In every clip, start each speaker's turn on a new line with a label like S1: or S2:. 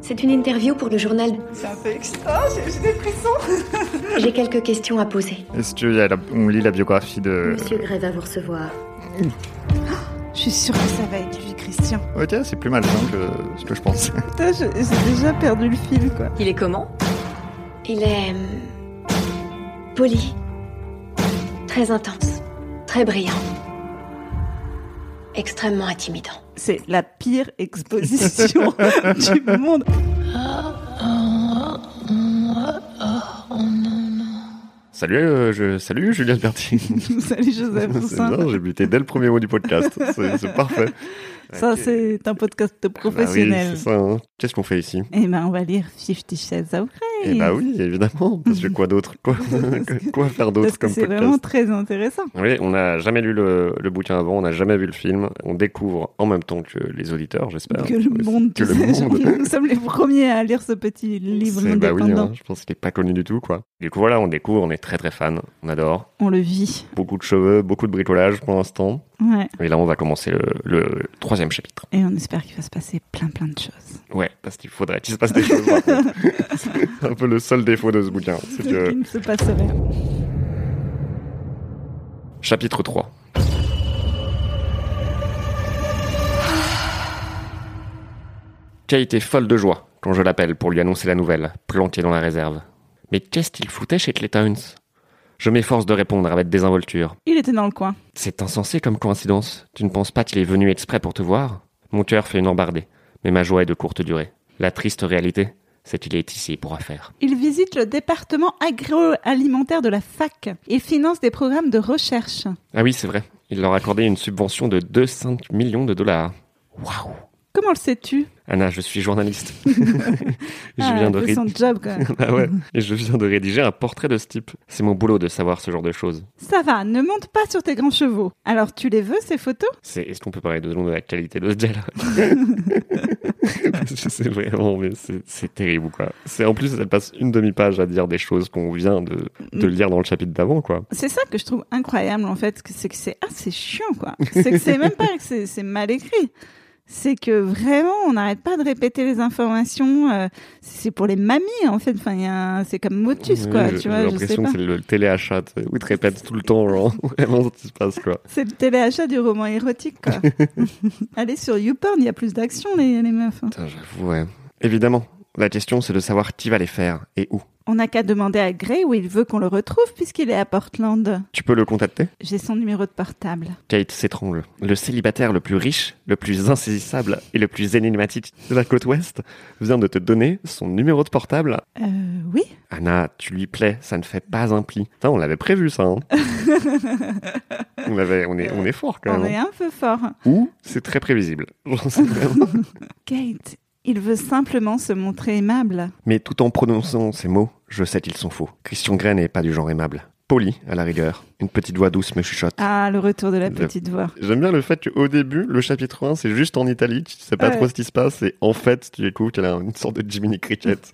S1: C'est une interview pour le journal.
S2: C'est un peu extra, j'ai j'ai des frissons.
S1: J'ai quelques questions à poser.
S3: Est-ce qu'on lit la biographie de.
S1: Monsieur Gray va vous recevoir.
S2: Je suis sûre que ça va être lui, Christian.
S3: Ok, c'est plus malsain que ce que je pense.
S2: Putain, je- j'ai déjà perdu le fil, quoi.
S4: Il est comment
S1: Il est. hum, poli. Très intense. Très brillant. Extrêmement intimidant.
S2: C'est la pire exposition du monde.
S3: Salut, euh, je... Salut Julien Bertine.
S2: Salut Joseph
S3: c'est
S2: Poussin.
S3: bien, j'ai buté dès le premier mot du podcast. C'est c'est parfait.
S2: Ça,
S3: Ok.
S2: c'est un podcast de
S3: Bah oui,
S2: professionnels.
S3: c'est ça. hein. Qu'est-ce qu'on fait ici
S2: Eh ben, on va lire Fifty Shades of Grey.
S3: Eh bah oui, évidemment. Parce que quoi d'autre quoi, quoi faire
S2: Parce
S3: d'autre
S2: que
S3: comme
S2: c'est
S3: podcast
S2: vraiment très intéressant.
S3: Oui, on n'a jamais lu le, le bouquin avant, on n'a jamais vu le film. On découvre en même temps que les auditeurs, j'espère.
S2: que le monde, tu
S3: Ah, Que le
S2: sais, genre,
S3: monde.
S2: nous sommes les premiers à lire ce petit livre
S3: C'est- bah oui,
S2: indépendant.
S3: hein, je pense qu'il n'est pas connu du tout, quoi. Du coup, voilà, on découvre, on est très très fan, on adore.
S2: On le vit.
S3: Beaucoup de cheveux, beaucoup de bricolage pour l'instant.
S2: Ouais.
S3: Et là, on va commencer le, le troisième chapitre.
S2: Et on espère qu'il va se passer plein plein de choses.
S3: Ouais, parce qu'il faudrait qu'il se passe des choses. par contre. c'est un peu le seul défaut de ce bouquin. C'est que...
S2: Il ne se passe rien.
S3: Chapitre 3. Kate est folle de joie quand je l'appelle pour lui annoncer la nouvelle, planquée dans la réserve. Mais qu'est-ce qu'il foutait chez Claytons Je m'efforce de répondre avec désinvolture.
S2: Il était dans le coin.
S3: C'est insensé comme coïncidence. Tu ne penses pas qu'il est venu exprès pour te voir Mon cœur fait une embardée, mais ma joie est de courte durée. La triste réalité, c'est qu'il est ici pour affaire.
S2: Il visite le département agroalimentaire de la fac et finance des programmes de recherche.
S3: Ah oui, c'est vrai. Il leur a accordé une subvention de 2,5 millions de dollars. Waouh
S2: Comment le sais-tu
S3: Anna, je suis journaliste. je
S2: Ah,
S3: viens de
S2: de
S3: ré-
S2: son job quand même.
S3: Ah ouais. Et je viens de rédiger un portrait de ce type. C'est mon boulot de savoir ce genre de choses.
S2: Ça va, ne monte pas sur tes grands chevaux. Alors tu les veux ces photos
S3: C'est... Est-ce qu'on peut parler de de la qualité de ce gel Je sais vraiment, mais c'est, c'est terrible quoi. C'est, en plus, elle passe une demi-page à dire des choses qu'on vient de,
S2: Mm.
S3: de lire dans le chapitre d'avant quoi.
S2: C'est ça que je trouve incroyable en fait, que c'est que c'est assez chiant quoi. C'est que c'est même pas que c'est c'est mal écrit. C'est que vraiment, on n'arrête pas de répéter les informations. euh, c'est pour les mamies en fait. Enfin, il y a un- c'est comme motus
S3: Oui,
S2: quoi.
S3: j'ai,
S2: tu vois, je sais
S3: j'ai l'impression
S2: pas.
S3: que c'est le téléachat tu sais, où ils te répètent tout le temps genre, vraiment ce qui se passe quoi.
S2: C'est le téléachat du roman érotique quoi. Allez sur YouPorn, il y a plus d'action les, les meufs. hein.
S3: Putain, j'avoue, ouais. Évidemment, la question c'est de savoir qui va les faire et où.
S2: On n'a qu'à demander à Gray où il veut qu'on le retrouve puisqu'il est à Portland.
S3: Tu peux le contacter
S2: J'ai son numéro de portable.
S3: Kate s'étrangle. Le célibataire le plus riche, le plus insaisissable et le plus énigmatique de la côte ouest vient de te donner son numéro de portable.
S2: Euh, oui.
S3: Anna, tu lui plais, ça ne fait pas un pli. Putain, on l'avait prévu ça. hein. on, l'avait- on, est, on est fort quand
S2: On
S3: même.
S2: est
S3: hein.
S2: un peu fort.
S3: Ou c'est très prévisible. J'en sais rien.
S2: Kate, il veut simplement se montrer aimable.
S3: Mais tout en prononçant ces mots, je sais qu'ils sont faux. Christian Grey n'est pas du genre aimable. Poli, à la rigueur. Une petite voix douce me chuchote.
S2: Ah, le retour de la
S3: Le-
S2: petite voix.
S3: J'aime bien le fait qu'au début, le chapitre 1, c'est juste en italique, tu sais pas
S2: Ouais.
S3: trop ce qui se passe, et en fait, tu découvres qu'elle a une sorte de Jiminy Cricket.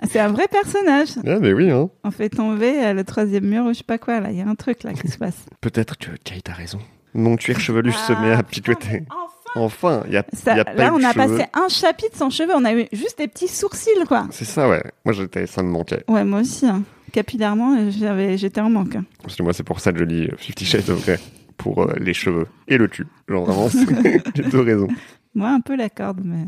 S2: Ah, C'est un vrai personnage.
S3: ah, mais oui, hein.
S2: On fait tomber euh, le troisième mur ou je sais pas quoi, là. Il y a un truc, là, qui se passe.
S3: Peut-être que Kate a raison. Mon cuir chevelu se
S2: Ah,
S3: met à
S2: putain,
S3: picoter.
S2: mais enfin
S3: Enfin, il y a,
S2: Ça-
S3: y a pas eu
S2: Là, on
S3: de
S2: a
S3: cheveux.
S2: passé un chapitre sans cheveux. On a eu juste des petits sourcils, quoi.
S3: C'est ça, ouais. Moi, j'étais, ça me manquait.
S2: Ouais, moi aussi. hein. Capillairement, euh, j'avais- j'étais en manque. hein.
S3: Parce que moi, c'est pour ça que je lis euh, Fifty Shades of Grey. Pour euh, les cheveux et le cul. Genre, vraiment, c'est- j'ai deux raisons.
S2: Moi, un peu la corde, mais...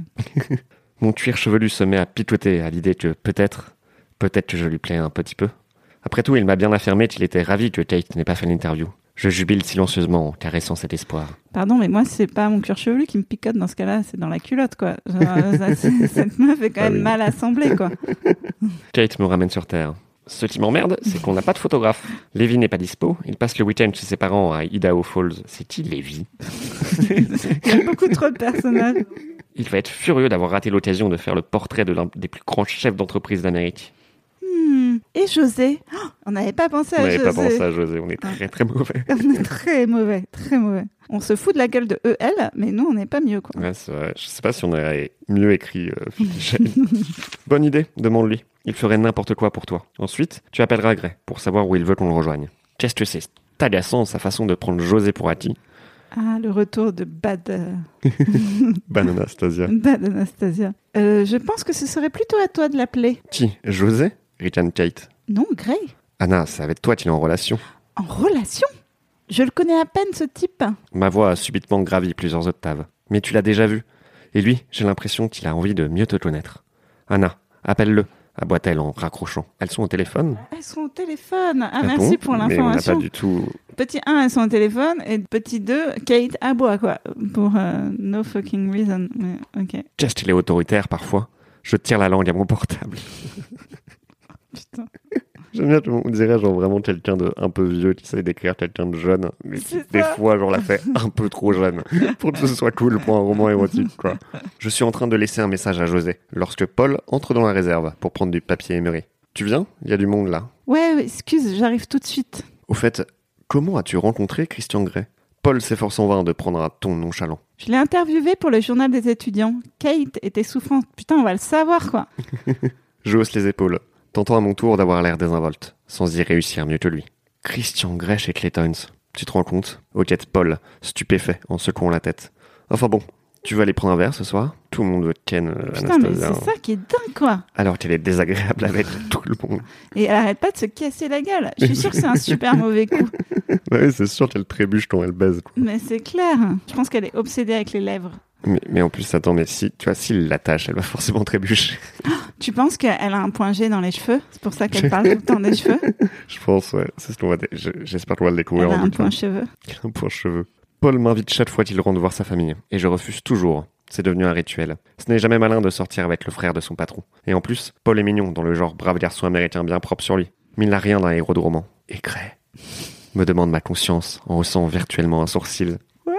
S3: Mon cuir chevelu se met à picoter à l'idée que peut-être, peut-être que je lui plais un petit peu. Après tout, il m'a bien affirmé qu'il était ravi que Kate n'ait pas fait l'interview. Je jubile silencieusement en caressant cet espoir.
S2: Pardon, mais moi, c'est pas mon cuir chevelu qui me picote dans ce cas-là. C'est dans la culotte, quoi. Genre, euh, ça, c'est- cette meuf est quand
S3: Ah
S2: même
S3: oui.
S2: mal assemblée, quoi.
S3: Kate me ramène sur Terre. Ce qui m'emmerde, c'est qu'on n'a pas de photographe. Lévi n'est pas dispo. Il passe le week-end chez ses parents à Idaho Falls. C'est qui Lévi
S2: Il y a beaucoup trop de personnages.
S3: Il va être furieux d'avoir raté l'occasion de faire le portrait de l'un des plus grands chefs d'entreprise d'Amérique.
S2: Hmm. Et José Oh, On n'avait pas pensé
S3: On
S2: à
S3: n'avait
S2: José.
S3: pas pensé à José. On est très très mauvais.
S2: On est très mauvais, très mauvais. On se fout de la gueule de EL, mais nous, on n'est pas mieux, quoi.
S3: Ouais, c'est vrai. Je sais pas si on aurait mieux écrit euh, Fifty Shades. Bonne idée, demande-lui. Il ferait n'importe quoi pour toi. Ensuite, tu appelleras Gray pour savoir où il veut qu'on le rejoigne. Qu'est-ce que c'est C'est agaçant sa façon de prendre José pour acquis.
S2: Ah, le retour de Bad, euh,
S3: Banana Anastasia.
S2: Bad Anastasia. Euh, je pense que ce serait plutôt à toi de l'appeler.
S3: Qui José Richard Kate.
S2: Non, Gray
S3: Anna, c'est avec toi qu'il est en relation.
S2: En relation Je le connais à peine, ce type.
S3: Ma voix a subitement gravi plusieurs octaves. Mais tu l'as déjà vu. Et lui, j'ai l'impression qu'il a envie de mieux te connaître. Anna, appelle-le, aboie-t-elle en raccrochant. Elles sont au téléphone
S2: Elles sont au téléphone. Ah,
S3: Ah
S2: merci
S3: bon
S2: pour
S3: Mais on n'a pas
S2: l'information.
S3: du tout.
S2: Petit 1, elles sont au téléphone. Et petit 2, Kate aboie, quoi. Pour euh, no fucking reason. Mais, ok.
S3: Just, il est autoritaire parfois. Je tire la langue à mon portable.
S2: Putain.
S3: J'aime bien, on dirait genre vraiment quelqu'un de un peu vieux qui sait décrire quelqu'un de jeune, mais qui
S2: C'est
S3: des
S2: ça.
S3: fois genre la fait un peu trop jeune pour que ce soit cool pour un roman érotique quoi. Je suis en train de laisser un message à José lorsque Paul entre dans la réserve pour prendre du papier émuré. Tu viens Il y a du monde là.
S2: Ouais, ouais, excuse, j'arrive tout de suite.
S3: Au fait, comment as-tu rencontré Christian Grey Paul s'efforce en vain de prendre un ton nonchalant.
S2: Je l'ai interviewé pour le journal des étudiants. Kate était souffrante. Putain, on va le savoir, quoi.
S3: Je hausse les épaules, tentant à mon tour d'avoir l'air désinvolte, sans y réussir mieux que lui. Christian Grey chez Claytons. Tu te rends compte Oquette Paul, stupéfait, en secouant la tête. Enfin bon, tu vas aller prendre un verre ce soir Tout le monde ken euh,
S2: Putain, mais
S3: Anastasia,
S2: c'est ça qui est dingue, quoi.
S3: alors qu'elle est désagréable avec tout le monde.
S2: Et elle arrête pas de se casser la gueule. Je suis sûre que c'est un super mauvais coup.
S3: Bah oui, c'est sûr qu'elle trébuche quand elle baise. quoi.
S2: Mais c'est clair. Je pense qu'elle est obsédée avec les lèvres.
S3: Mais, mais en plus, attends, mais si, tu vois, s'il l'attache, elle va forcément trébucher.
S2: Tu penses qu'elle a un point G dans les cheveux C'est pour ça qu'elle parle tout le temps des cheveux
S3: Je pense, ouais, c'est ce qu'on va dé- je- J'espère qu'on va le découvrir
S2: Elle a
S3: en hein.
S2: un
S3: doute.
S2: point cheveux.
S3: Un point cheveux. Paul m'invite chaque fois qu'il rentre voir sa famille, et je refuse toujours. C'est devenu un rituel. Ce n'est jamais malin de sortir avec le frère de son patron. Et en plus, Paul est mignon, dans le genre brave garçon américain bien propre sur lui. Mais il n'a rien d'un héros de roman. Et Gray Me demande ma conscience, en haussant virtuellement un sourcil.
S2: What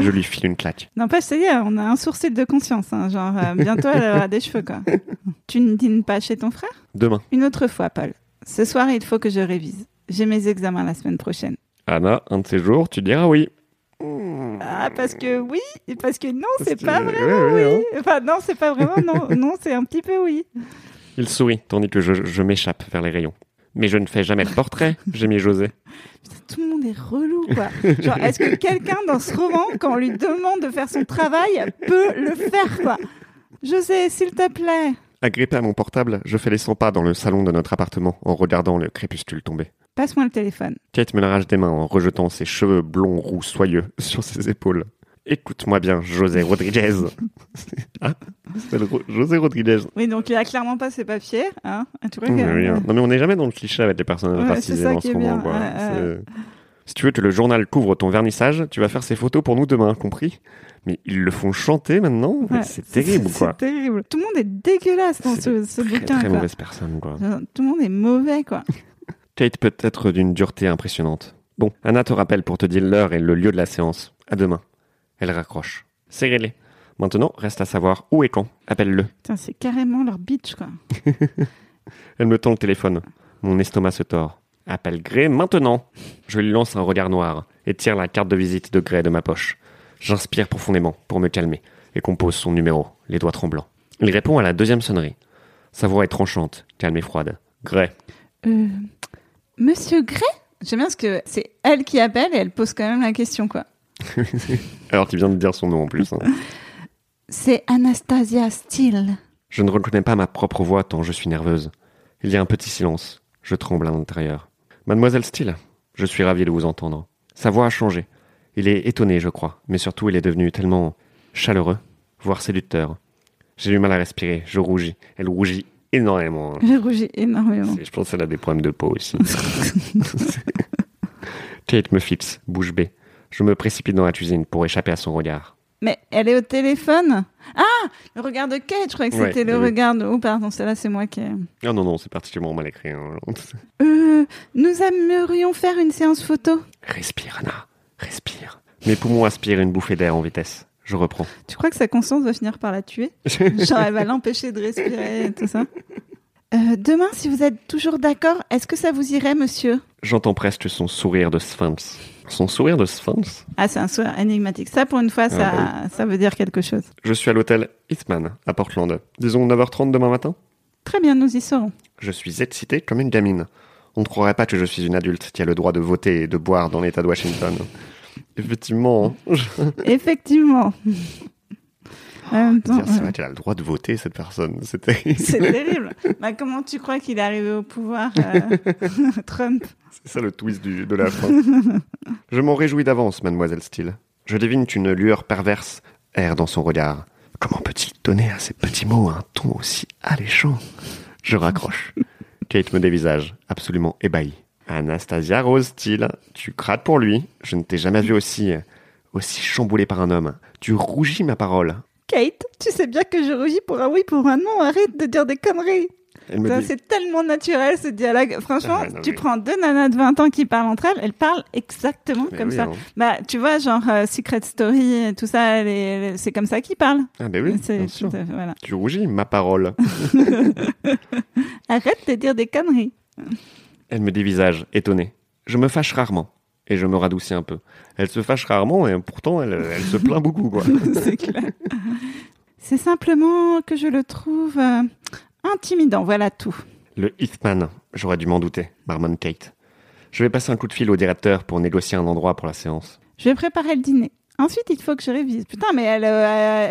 S3: Je lui file une claque.
S2: N'empêche, ça y est, on a un sourcil de conscience. hein. Genre, euh, bientôt, elle aura des cheveux, quoi. Tu ne dînes pas chez ton frère
S3: Demain.
S2: Une autre fois, Paul. Ce soir, il faut que je révise. J'ai mes examens la semaine prochaine.
S3: Anna, un de ces jours, tu diras oui.
S2: Ah, parce que oui, et parce que non,
S3: Parce
S2: c'est
S3: que-
S2: pas
S3: ouais,
S2: vraiment
S3: ouais,
S2: oui. Enfin, non, c'est pas vraiment non. Non, c'est un petit peu oui.
S3: Il sourit, tandis que je, je m'échappe vers les rayons. Mais je ne fais jamais de portrait, j'ai mis José.
S2: Putain, tout le monde est relou, quoi. Genre, est-ce que quelqu'un dans ce roman, quand on lui demande de faire son travail, peut le faire, quoi José, s'il te plaît.
S3: Agrippé à mon portable, je fais les 100 pas dans le salon de notre appartement en regardant le crépuscule tomber.
S2: Passe-moi le téléphone.
S3: Kate me l'arrache des mains en rejetant ses cheveux blonds roux soyeux sur ses épaules. Écoute-moi bien, José Rodriguez. ah, il s'appelle Ro- José Rodriguez.
S2: Oui, donc il a clairement pas ses papiers, hein En tout cas,
S3: Mmh,
S2: euh,
S3: oui, hein. Non mais on n'est jamais dans le cliché avec les personnages
S2: Ouais, c'est
S3: racisés
S2: ça
S3: en
S2: qui
S3: ce
S2: est bien,
S3: moment. quoi.
S2: ouais,
S3: C'est- Si tu veux que le journal couvre ton vernissage, tu vas faire ces photos pour nous demain, compris Mais ils le font chanter maintenant mais
S2: ouais.
S3: C'est terrible quoi.
S2: C'est terrible. Tout le monde est dégueulasse dans
S3: C'est
S2: ce, ce
S3: Très,
S2: bouquin,
S3: très
S2: quoi.
S3: mauvaise personne quoi.
S2: Genre, Tout le monde est mauvais, quoi.
S3: Kate peut être d'une dureté impressionnante. Bon, Anna te rappelle pour te dire l'heure et le lieu de la séance. À demain. Elle raccroche. C'est réglé. Maintenant, reste à savoir où et quand. Appelle-le.
S2: Putain, c'est carrément leur bitch, quoi.
S3: Elle me tend le téléphone. Mon estomac se tord. Appelle Gray maintenant. Je lui lance un regard noir et tire la carte de visite de Gray de ma poche. J'inspire profondément pour me calmer et compose son numéro, les doigts tremblants. Il répond à la deuxième sonnerie. Sa voix est tranchante, calme et froide. Gray.
S2: Euh, Monsieur Gray J'aime bien parce que c'est elle qui appelle et elle pose quand même la question, quoi.
S3: Alors qu'il vient de dire son nom en plus. hein.
S2: C'est Anastasia Steele.
S3: Je ne reconnais pas ma propre voix tant je suis nerveuse. Il y a un petit silence. Je tremble à l'intérieur. Mademoiselle Steele, je suis ravi de vous entendre. Sa voix a changé. Il est étonné, je crois, mais surtout il est devenu tellement chaleureux, voire séducteur. J'ai du mal à respirer, je rougis. Elle rougit énormément.
S2: J'ai rougi énormément.
S3: C'est- Je pense qu'elle a des problèmes de peau aussi. Kate me fixe, bouche bée. Je me précipite dans la cuisine pour échapper à son regard.
S2: Mais elle est au téléphone. Ah Le regard de Kate, je croyais que
S3: Ouais,
S2: c'était le
S3: oui.
S2: regard de... Oh, pardon, celle-là, c'est moi qui... ai-
S3: Ah Non, non, non, c'est particulièrement mal écrit. hein.
S2: Euh, nous aimerions faire une séance photo.
S3: Respire, Anna, respire. Mes poumons aspirent une bouffée d'air en vitesse. Je reprends.
S2: Tu crois que sa conscience va finir par la tuer Genre, elle va l'empêcher de respirer et tout ça Euh, Demain, si vous êtes toujours d'accord, est-ce que ça vous irait, monsieur
S3: J'entends presque son sourire de sphinx. Son sourire de sphinx
S2: Ah, c'est un sourire énigmatique. Ça, pour une fois, ça, ça veut dire quelque chose.
S3: Je suis à l'hôtel Hitman, à Portland. Disons 9h30 demain matin
S2: Très bien, nous y serons.
S3: Je suis excité comme une gamine. On ne croirait pas que je suis une adulte qui a le droit de voter et de boire dans l'état de Washington. Effectivement. hein.
S2: Effectivement. En même temps,
S3: Tiens, C'est
S2: ouais.
S3: vrai qu'elle a le droit de voter, cette personne. C'était.
S2: C'est terrible. Bah, comment tu crois qu'il est arrivé au pouvoir, euh, Trump
S3: C'est ça le twist du- de la fin. Je m'en réjouis d'avance, mademoiselle Steele. Je devine qu'une lueur perverse erre dans son regard. Comment peut-il donner à ces petits mots un ton aussi alléchant Je raccroche. Kate me dévisage, absolument ébahie. Anastasia Rose Steele, tu crates pour lui. Je ne t'ai jamais vu aussi, aussi chamboulée par un homme. Tu rougis ma parole.
S2: Kate, tu sais bien que je rougis pour un oui, pour un non. Arrête de dire des conneries.
S3: Elle me
S2: Ça,
S3: dit-
S2: C'est tellement naturel ce dialogue. Franchement,
S3: Ah, non,
S2: tu
S3: mais-
S2: prends deux nanas de 20 ans qui parlent entre elles, elles parlent exactement
S3: Mais
S2: comme
S3: oui,
S2: ça.
S3: hein.
S2: Bah, tu vois, genre euh, Secret Story, et tout ça, les- les- c'est comme ça qu'ils parlent.
S3: Ah ben oui,
S2: C'est-
S3: bien sûr.
S2: tout à fait, voilà.
S3: Tu rougis ma parole.
S2: Arrête de dire des conneries.
S3: Elle me dévisage, étonnée. Je me fâche rarement. Et je me radoucis un peu. Elle se fâche rarement et pourtant elle, elle se plaint beaucoup, quoi.
S2: c'est clair. C'est simplement que je le trouve euh, intimidant. Voilà tout.
S3: Le Heathman, j'aurais dû m'en douter, marmonne Kate. Je vais passer un coup de fil au directeur pour négocier un endroit pour la séance.
S2: Je vais préparer le dîner. Ensuite, il faut que je révise. Putain, mais elle, euh,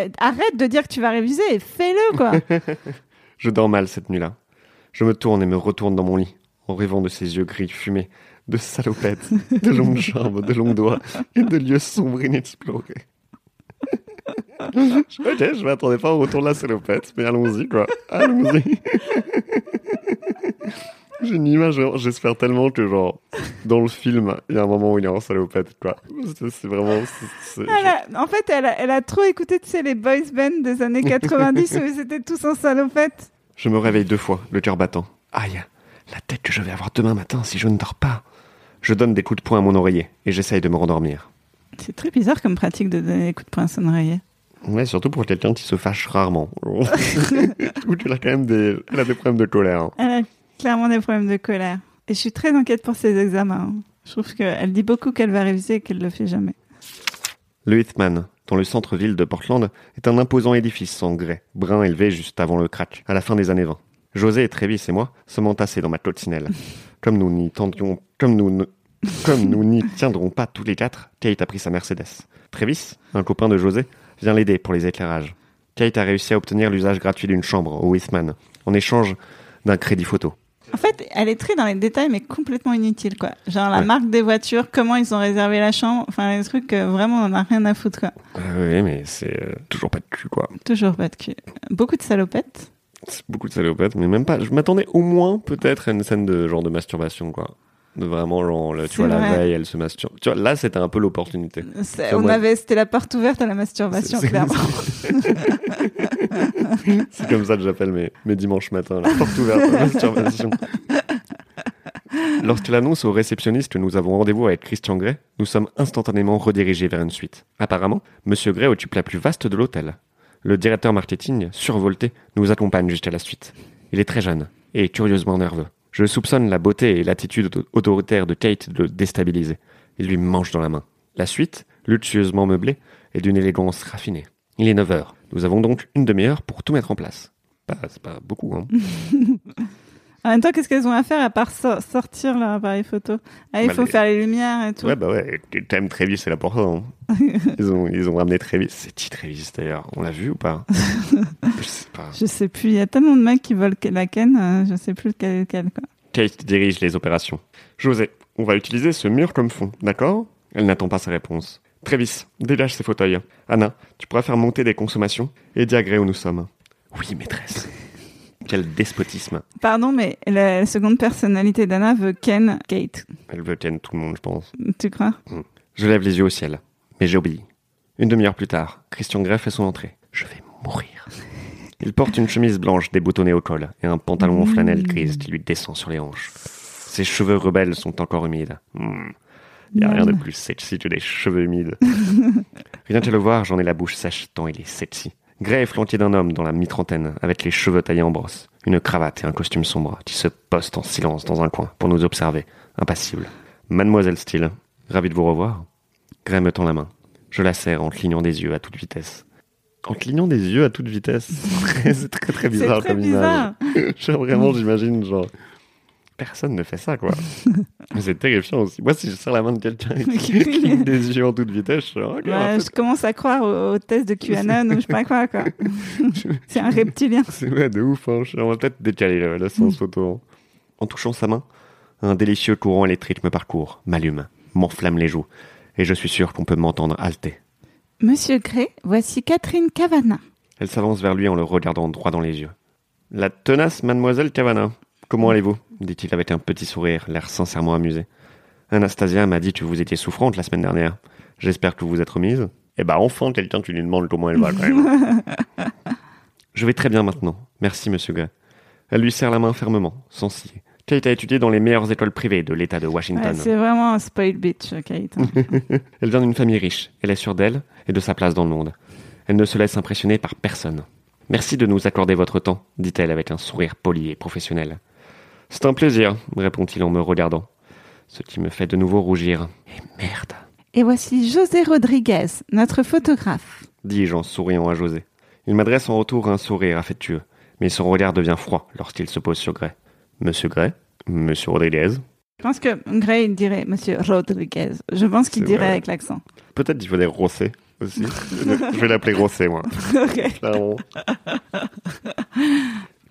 S2: euh, arrête de dire que tu vas réviser et fais-le, quoi.
S3: Je dors mal cette nuit-là. Je me tourne et me retourne dans mon lit, en rêvant de ses yeux gris fumés, de salopettes, de longues jambes, de longs doigts et de lieux sombres inexplorés. ok, je m'attendais pas au retour de la salopette, mais allons-y, quoi. Allons-y. J'ai une image, genre, j'espère tellement que, genre, dans le film, il y a un moment où il est en salopette, quoi. C'est c'est vraiment. c'est- c'est-
S2: Elle a- en fait, elle a, elle a trop écouté, tu sais, les boys band des années 90 où ils étaient tous en salopette.
S3: Je me réveille deux fois, le cœur battant. Aïe, la tête que je vais avoir demain matin si je ne dors pas. Je donne des coups de poing à mon oreiller et j'essaye de me rendormir.
S2: C'est très bizarre comme pratique de donner des coups de poing sonnerie.
S3: Ouais, surtout pour quelqu'un qui se fâche rarement. Ou tu as quand même des, elle a des problèmes de colère. hein.
S2: Elle a clairement des problèmes de colère. Et je suis très inquiète pour ses examens. hein. Je trouve qu'elle dit beaucoup qu'elle va réviser et qu'elle le fait jamais.
S3: Le Hitman, dans le centre-ville de Portland, est un imposant édifice en grès, brun élevé juste avant le crack, à la fin des années 20. José et Trévis et moi sommes entassés dans ma coccinelle. Comme nous n'y tendions, comme nous ne- comme nous n'y tiendrons pas tous les quatre, Kate a pris sa Mercedes. Trévis, un copain de José, vient l'aider pour les éclairages. Kate a réussi à obtenir l'usage gratuit d'une chambre au Hitman, en échange d'un crédit photo.
S2: En fait, elle est très dans les détails, mais complètement inutile, quoi. Genre la
S3: Ouais.
S2: marque des voitures, comment ils ont réservé la chambre, enfin, les trucs, euh, vraiment, on en a rien à foutre, quoi.
S3: Ah oui, mais c'est euh, toujours pas de cul, quoi.
S2: Toujours pas de cul. Beaucoup de salopettes.
S3: C'est beaucoup de salopettes, mais même pas. Je m'attendais au moins peut-être à une scène de genre de masturbation, quoi. De vraiment, genre, là, tu
S2: C'est
S3: vois, la
S2: vrai.
S3: veille, elle se masturbe. Tu vois, là, c'était un peu l'opportunité.
S2: C'est-
S3: Ça,
S2: On
S3: ouais.
S2: avait, c'était la porte ouverte à la masturbation,
S3: C'est- c'est-
S2: clairement.
S3: C'est comme ça que j'appelle mes, mes dimanches matins, la porte ouverte hein, à la masturbation. Lorsqu'il annonce au réceptionniste que nous avons rendez-vous avec Christian Gray, nous sommes instantanément redirigés vers une suite. Apparemment, Monsieur Gray occupe la plus vaste de l'hôtel. Le directeur marketing, survolté, nous accompagne jusqu'à la suite. Il est très jeune et curieusement nerveux. Je soupçonne la beauté et l'attitude auto- autoritaire de Kate de le déstabiliser. Il lui mange dans la main. La suite, luxueusement meublée, est d'une élégance raffinée. Il est 9h. Nous avons donc une demi-heure pour tout mettre en place. Pas- C'est pas beaucoup, hein.
S2: En même temps, qu'est-ce qu'elles ont à faire à part so- sortir leur appareil photo Ah, il
S3: Bah,
S2: faut
S3: les-
S2: faire les lumières et tout.
S3: Ouais, bah ouais, et quand même Trévis, c'est là pour ça. hein. Ils, ont, ils ont ramené Trévis. C'est qui Trévis d'ailleurs On l'a vu ou pas Je sais pas.
S2: Je sais plus, il y a tellement de mecs qui veulent que- la ken, euh, je sais plus lequel est lequel, quoi.
S3: Kate dirige les opérations. José, on va utiliser ce mur comme fond, d'accord Elle n'attend pas sa réponse. Trévis, dégage ces fauteuils. Anna, tu pourras faire monter des consommations et diagrer où nous sommes. Oui, maîtresse. Quel despotisme.
S2: Pardon, mais la seconde personnalité d'Anna veut ken Kate.
S3: Elle veut tienne tout le monde, je pense.
S2: Tu crois
S3: Je lève les yeux au ciel, mais j'obéis. Une demi-heure plus tard, Christian Grey fait son entrée. Je vais mourir. Il porte une chemise blanche déboutonnée au col et un pantalon en flanelle grise qui lui descend sur les hanches. Ses cheveux rebelles sont encore humides. Hmm. Il n'y a rien de plus sexy que des cheveux humides. Rien qu'à le voir, j'en ai la bouche sèche tant il est sexy. Gray est flanqué d'un homme dans la mi-trentaine, avec les cheveux taillés en brosse, une cravate et un costume sombre, qui se poste en silence dans un coin pour nous observer, impassible. Mademoiselle Steele, ravi de vous revoir. Gray me tend la main. Je la serre en clignant des yeux à toute vitesse. En clignant des yeux à toute vitesse. C'est très très
S2: C'est
S3: bizarre
S2: très
S3: comme image.
S2: bizarre.
S3: Genre, vraiment, j'imagine, genre, personne ne fait ça, quoi. Mais c'est terrifiant aussi. Moi, si je sers la main de quelqu'un et qu'il cligne des yeux en toute vitesse, je suis genre, Ok,
S2: Ouais,
S3: en
S2: je commence à croire au, au test de QAnon ou je sais pas quoi, quoi. C'est un reptilien.
S3: fait, c'est ouais, de ouf. hein. Je suis- On va peut-être décaler le, le
S2: Mm.
S3: sens autant. hein. En touchant sa main, un délicieux courant électrique me parcourt, m'allume, m'enflamme les joues. Et je suis sûr qu'on peut m'entendre halter.
S2: Monsieur Gray, voici Catherine Cavana.
S3: Elle s'avance vers lui en le regardant droit dans les yeux. La tenace mademoiselle Cavana, comment allez-vous dit-il avec un petit sourire, l'air sincèrement amusé. Anastasia m'a dit que vous étiez souffrante la semaine dernière. J'espère que vous vous êtes remise. Eh bah enfin, quelqu'un, tu lui demandes comment elle va quand même. Je vais très bien maintenant. Merci, monsieur Gray. Elle lui serre la main fermement, sans scier. Kate a étudié dans les meilleures écoles privées de l'État de
S2: Ouais,
S3: Washington.
S2: c'est vraiment un spoil bitch, Kate.
S3: Elle vient d'une famille riche, elle est sûre d'elle et de sa place dans le monde. Elle ne se laisse impressionner par personne. Merci de nous accorder votre temps, dit-elle avec un sourire poli et professionnel. C'est un plaisir, répond-il en me regardant, ce qui me fait de nouveau rougir. Et merde,
S2: Et voici José Rodriguez, notre photographe.
S3: dis-je en souriant à José. Il m'adresse en retour un sourire affectueux, mais son regard devient froid lorsqu'il se pose sur Gray. Monsieur Gray Monsieur Rodriguez
S2: Je pense que Gray il dirait Monsieur Rodriguez. Je pense qu'il
S3: C'est
S2: dirait
S3: vrai.
S2: avec l'accent.
S3: Peut-être qu'il faut des Rosset aussi. Je vais l'appeler Rosset, moi.
S2: Ok.
S3: Clairement.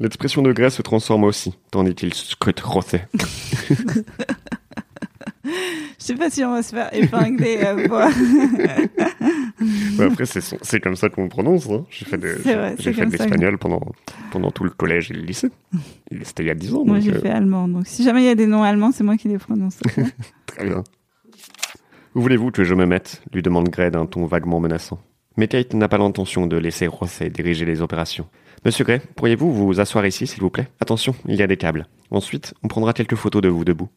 S3: L'expression de Grèce se transforme aussi, tandis qu'il scrute Rosset.
S2: Je sais pas si on va se faire épingler. euh, pour-
S3: Mais après, c'est son- c'est comme ça qu'on le prononce. hein. J'ai fait de,
S2: C'est vrai,
S3: j'ai-
S2: c'est
S3: j'ai fait
S2: comme
S3: de
S2: ça.
S3: l'espagnol pendant, pendant tout le collège et le lycée. Et C'était il y a 10 ans.
S2: Moi,
S3: donc,
S2: j'ai
S3: euh,
S2: fait allemand. Donc, si jamais il y a des noms allemands, c'est moi qui les prononce. ok
S3: Très bien. Où voulez-vous que je me mette lui demande Gray d'un ton vaguement menaçant. Mais Kate n'a pas l'intention de laisser Rosset diriger les opérations. Monsieur Gray, pourriez-vous vous asseoir ici, s'il vous plaît Attention, il y a des câbles. Ensuite, on prendra quelques photos de vous debout.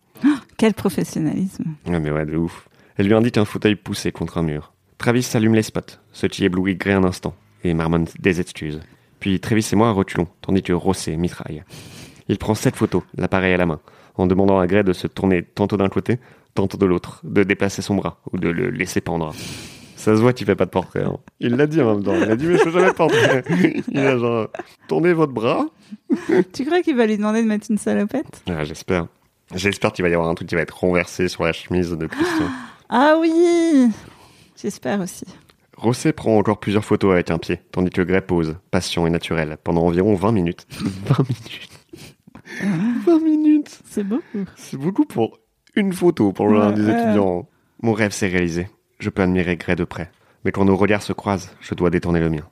S2: Quel professionnalisme.
S3: Ouais, Ah, mais ouais, de ouf. Elle lui indique un fauteuil poussé contre un mur. Travis allume les spots, ce qui éblouit Gray un instant, et marmonne des excuses. Puis Travis et moi reculons, tandis que Rosset mitraille. Il prend sept photos, l'appareil à la main, en demandant à Gray de se tourner tantôt d'un côté, tantôt de l'autre, de déplacer son bras, ou de le laisser pendre. Ça se voit qu'il fait pas de portrait. hein. Il l'a dit en même temps. Il a dit, mais je fais jamais de portrait. Il a genre, tournez votre bras.
S2: Tu crois qu'il va lui demander de mettre une salopette
S3: Ah, J'espère. J'espère qu'il va y avoir un truc qui va être renversé sur la chemise de Christian.
S2: Ah oui J'espère aussi.
S3: Rosset prend encore plusieurs photos avec un pied, tandis que Gray pose, patient et naturel, pendant environ 20 minutes. 20 minutes 20 minutes
S2: C'est beaucoup.
S3: C'est beaucoup pour une photo pour l'un
S2: Ouais,
S3: des
S2: ouais.
S3: étudiants. Mon rêve s'est réalisé. Je peux admirer Gray de près. Mais quand nos regards se croisent, je dois détourner le mien.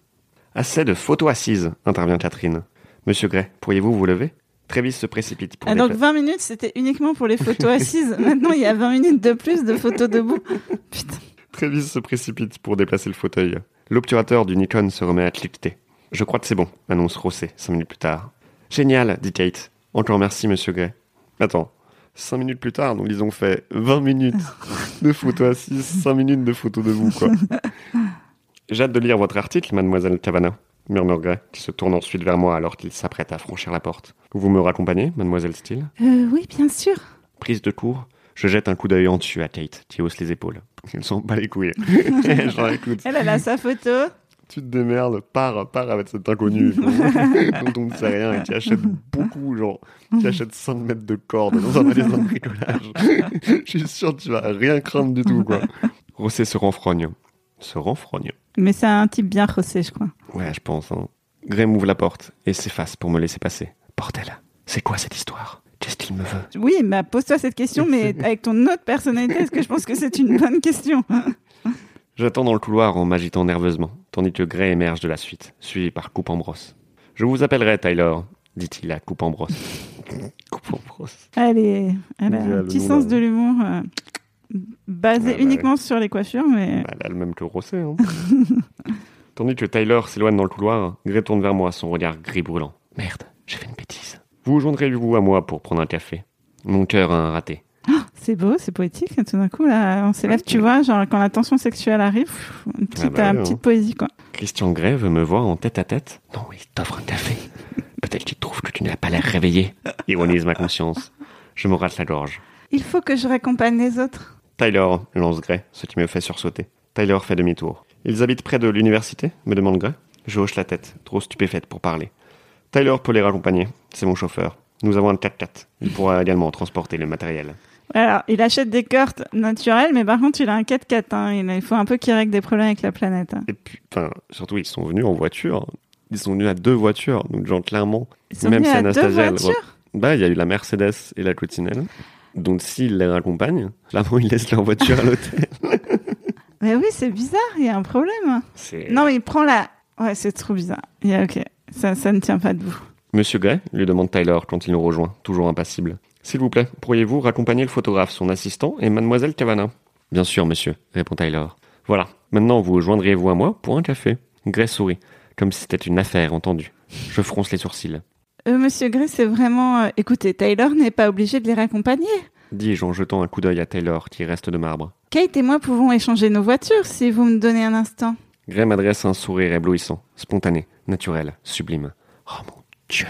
S3: Assez de photos assises, intervient Catherine. Monsieur Gray, pourriez-vous vous lever Trévis se précipite pour
S2: Ah,
S3: les
S2: donc
S3: pla-
S2: 20 minutes, c'était uniquement pour les photos assises. Maintenant, il y a 20 minutes de plus de photos debout. Putain.
S3: Trévis se précipite pour déplacer le fauteuil. L'obturateur du Nikon se remet à cliqueter. Je crois que c'est bon, annonce Rosset, cinq minutes plus tard. Génial, dit Kate. Encore merci, monsieur Gray. Attends, cinq minutes plus tard, donc ils ont fait 20 minutes de photos assises, cinq minutes de photos debout, quoi. J'ai hâte de lire votre article, mademoiselle Cavana, murmure Gray, qui se tourne ensuite vers moi alors qu'il s'apprête à franchir la porte. Vous me raccompagnez, mademoiselle Steele
S2: Euh, oui, bien sûr.
S3: Prise de court, je jette un coup d'œil en dessus à Kate, qui hausse les épaules. Ils sont pas les couilles. Genre, écoute,
S2: Elle, elle a sa photo.
S3: tu te démerdes, pars, pars avec cet inconnu dont on ne sait rien et qui achète beaucoup, genre, qui achète 5 mètres de corde dans un magasin de bricolage. Je suis sûr que tu vas rien craindre du tout, quoi. Rosset se renfrogne. Se renfrogne
S2: Mais c'est un type bien rossé, je crois.
S3: Ouais, je pense. Hein. Graham ouvre la porte et s'efface pour me laisser passer. Bordel, c'est quoi cette histoire Qu'est-ce qu'il me veut
S2: Oui, bah, pose-toi cette question, mais avec ton autre personnalité, est-ce que je pense que c'est une bonne question
S3: J'attends dans le couloir en m'agitant nerveusement, tandis que Gray émerge de la suite, suivi par Coupe en brosse. Je vous appellerai, Tyler, dit-il à Coupe en brosse. coupe en brosse.
S2: Elle, est, elle a
S3: Il y a
S2: un
S3: le
S2: petit
S3: nom
S2: sens
S3: là.
S2: de l'humour euh, basé
S3: Ouais, bah
S2: uniquement sur les coiffures, mais
S3: Bah, elle a le même que Rosset, hein. tandis que Tyler s'éloigne dans le couloir, Gray tourne vers moi, son regard gris brûlant. Merde, j'ai fait une bêtise. Vous joindrez-vous à moi pour prendre un café Mon cœur a un raté.
S2: c'est beau, c'est poétique. Tout d'un coup, là, on s'élève, tu vois, genre quand la tension sexuelle arrive, pff, une petite,
S3: Ah bah
S2: euh,
S3: ouais,
S2: petite
S3: hein.
S2: poésie, quoi.
S3: Christian Gray veut me voir en tête à tête Non, il t'offre un café. Peut-être qu'il trouve que tu n'as pas l'air réveillé. Ironise ma conscience. Je me rate la gorge.
S2: Il faut que je raccompagne les autres.
S3: Tyler, lance Gray, ce qui me fait sursauter. Tyler fait demi-tour. Ils habitent près de l'université me demande Gray. Je hoche la tête, trop stupéfaite pour parler. Tyler peut les raccompagner, c'est mon chauffeur. Nous avons un 4x4. Il pourra également transporter le matériel.
S2: Alors, il achète des cartes naturelles, mais par contre, il a un 4x4. hein. Il il faut un peu qu'il règle des problèmes avec la planète. hein.
S3: Et puis, enfin, surtout, ils sont venus en voiture. Ils sont venus à deux voitures. Donc, genre, clairement,
S2: Ils sont
S3: Même
S2: venus
S3: si
S2: à deux
S3: Anastasia, elle re-
S2: voitures.
S3: bah, il y a eu la Mercedes et la Coccinelle. Donc, s'il les raccompagne, clairement, ils laissent leur voiture à l'hôtel.
S2: Mais oui, c'est bizarre. Il y a un problème.
S3: C'est-
S2: Non, mais il prend la. Ouais, c'est trop bizarre. Il y a- ok, ça, ça ne tient pas debout.
S3: Monsieur Gray lui demande Tyler quand il nous rejoint, toujours impassible. S'il vous plaît, pourriez-vous raccompagner le photographe, son assistant et mademoiselle Cavana Bien sûr, monsieur, répond Tyler. Voilà, maintenant vous joindriez-vous à moi pour un café. Gray sourit, comme si c'était une affaire, entendu. Je fronce les sourcils.
S2: Euh, Monsieur Gray, c'est vraiment. euh, Écoutez, Taylor n'est pas obligé de les raccompagner.
S3: Dis-je en jetant un coup d'œil à Taylor qui reste de marbre.
S2: Kate et moi pouvons échanger nos voitures si vous me donnez un instant.
S3: Gray m'adresse un sourire éblouissant, spontané, naturel, sublime. Oh mon Dieu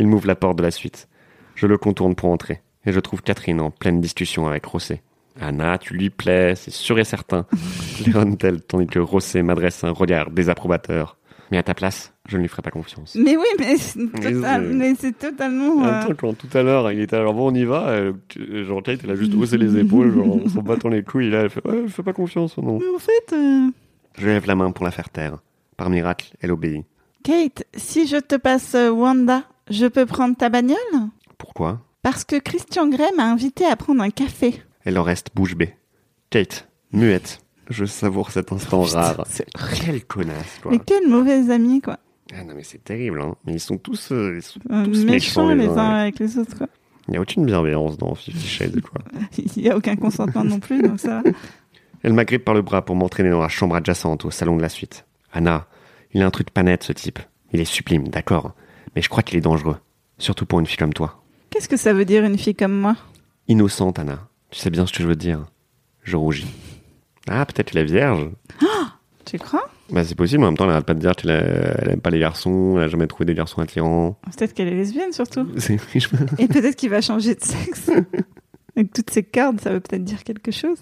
S3: Il m'ouvre la porte de la suite. Je le contourne pour entrer, et je trouve Catherine en pleine discussion avec Rosset. Anna, tu lui plais, c'est sûr et certain, claironne-t-elle, tandis que Rosset m'adresse un regard désapprobateur. Mais à ta place, je ne lui ferai pas confiance.
S2: Mais oui, mais c'est
S3: Mais
S2: total-
S3: c'est-
S2: mais c'est totalement.
S3: En même
S2: euh,
S3: temps, quand tout à l'heure, il était alors bon, on y va, euh, tu- genre Kate, elle a juste haussé les épaules, genre en s'en battant les couilles, là, elle fait Ouais, je fais pas confiance, non.
S2: Mais en fait, euh,
S3: Je lève la main pour la faire taire. Par miracle, elle obéit.
S2: Kate, si je te passe euh, Wanda, je peux prendre ta bagnole
S3: Pourquoi
S2: Parce que Christian Gray m'a invité à prendre un café.
S3: Elle en reste bouche bée. Kate, muette, je savoure cet instant rare.
S2: C'est
S3: Quelle connasse, quoi.
S2: Mais quel mauvais ami, quoi.
S3: Ah non, mais c'est terrible, hein. Mais ils sont tous. euh, ils sont-
S2: Euh,
S3: Tous méchants,
S2: méchants
S3: les
S2: les
S3: uns,
S2: uns
S3: ouais.
S2: avec les autres, quoi.
S3: Il n'y a aucune bienveillance dans Fifty Shades, quoi.
S2: Il n'y a aucun consentement non plus, donc ça va.
S3: Elle m'agrippe par le bras pour m'entraîner dans la chambre adjacente au salon de la suite. Anna, il a un truc pas net, ce type. Il est sublime, d'accord. Mais je crois qu'il est dangereux. Surtout pour une fille comme toi.
S2: Qu'est-ce que ça veut dire une fille comme moi
S3: Innocente, Anna. Tu sais bien ce que je veux te dire. Je rougis. Ah, peut-être la vierge.
S2: Tu crois
S3: Bah, c'est possible, en même temps, elle arrête pas de dire qu'elle a- elle aime pas les garçons, elle a jamais trouvé des garçons attirants.
S2: Peut-être qu'elle est lesbienne surtout.
S3: C'est je me-
S2: Et peut-être qu'il va changer de sexe. Avec toutes ces cordes, ça veut peut-être dire quelque chose.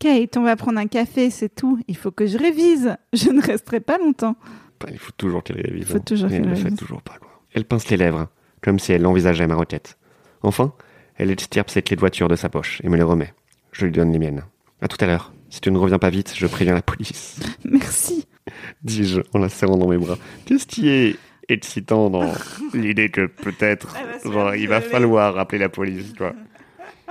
S2: Kate, on va prendre un café, c'est tout. Il faut que je révise. Je ne resterai pas longtemps.
S3: Bah, Il faut toujours qu'elle révise.
S2: Il faut
S3: hein.
S2: toujours
S3: Et
S2: qu'elle
S3: Elle le fait
S2: révise.
S3: toujours pas, quoi. Elle pince les lèvres, hein, comme si elle envisageait ma requête. Enfin, elle extirpe ses clés de voiture de sa poche et me les remet. Je lui donne les miennes. À tout à l'heure. Si tu ne reviens pas vite, je préviens la police.
S2: Merci.
S3: Dis-je en la serrant dans mes bras. Qu'est-ce qui est excitant dans l'idée que peut-être,
S2: Elle va se
S3: genre,
S2: faire
S3: il va
S2: violer.
S3: falloir appeler la police, quoi.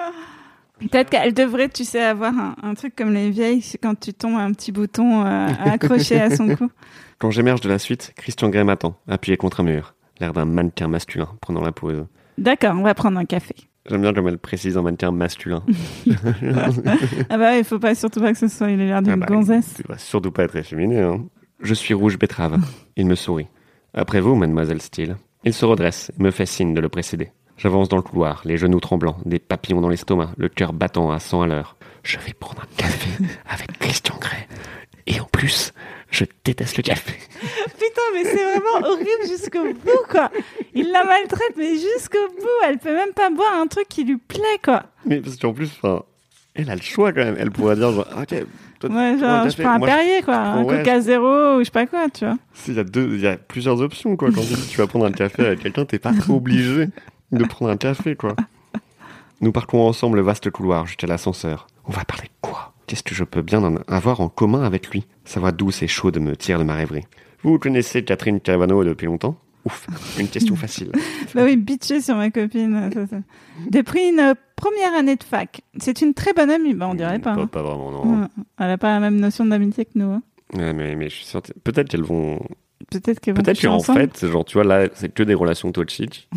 S2: Peut-être qu'elle devrait, tu sais, avoir un, un truc comme les vieilles, c'est quand tu tombes un petit bouton euh, accroché à son cou.
S3: Quand j'émerge de la suite, Christian Grey m'attend, appuyé contre un mur, l'air d'un mannequin masculin prenant la pose.
S2: D'accord, on va prendre un café.
S3: J'aime bien comme elle précise un mannequin masculin.
S2: Ah bah, il faut pas surtout pas que ce soit il a l'air d'une
S3: Ah bah,
S2: gonzesse.
S3: Tu vas surtout pas être efféminé. hein. Je suis rouge betterave. Il me sourit. Après vous, mademoiselle Steele. Il se redresse et me fait signe de le précéder. J'avance dans le couloir, les genoux tremblants, des papillons dans l'estomac, le cœur battant à 100 à l'heure. Je vais prendre un café avec Christian Grey. Et en plus, je déteste le café.
S2: Putain, mais c'est vraiment horrible jusqu'au bout, quoi. Il la maltraite, mais jusqu'au bout. Elle peut même pas boire un truc qui lui plaît, quoi.
S3: Mais parce qu'en plus, enfin, elle a le choix quand même. Elle pourrait dire genre, ok, toi,
S2: Ouais,
S3: prends un
S2: genre, je
S3: café.
S2: prends un
S3: Moi, je-
S2: Perrier, quoi. Un
S3: ouais,
S2: Coca Zéro, ou je sais pas quoi, tu vois.
S3: S'il y a deux, il y a plusieurs options quoi. Quand tu dis que tu vas prendre un café avec quelqu'un, t'es pas obligé de prendre un café quoi. Nous parcourons ensemble le vaste couloir jusqu'à l'ascenseur. On va parler de quoi Qu'est-ce que je peux bien en avoir en commun avec lui Sa voix douce et chaude me tire de ma rêverie. Vous connaissez Catherine Caravano depuis longtemps Ouf, une question facile.
S2: Bah oui, bitcher sur ma copine. ça, ça. Depuis une euh, première année de fac. C'est une très bonne amie, bah on dirait pas. hein.
S3: Mm, Pas, vraiment, non.
S2: Ouais. Elle a pas la même notion d'amitié que nous. hein.
S3: Ouais, mais, mais je suis sûr. que- Peut-être qu'elles vont.
S2: Peut-être qu'elles vont
S3: Peut-être
S2: coucher
S3: qu'en
S2: ensemble.
S3: fait, genre, tu vois, là, c'est que des relations toxiques.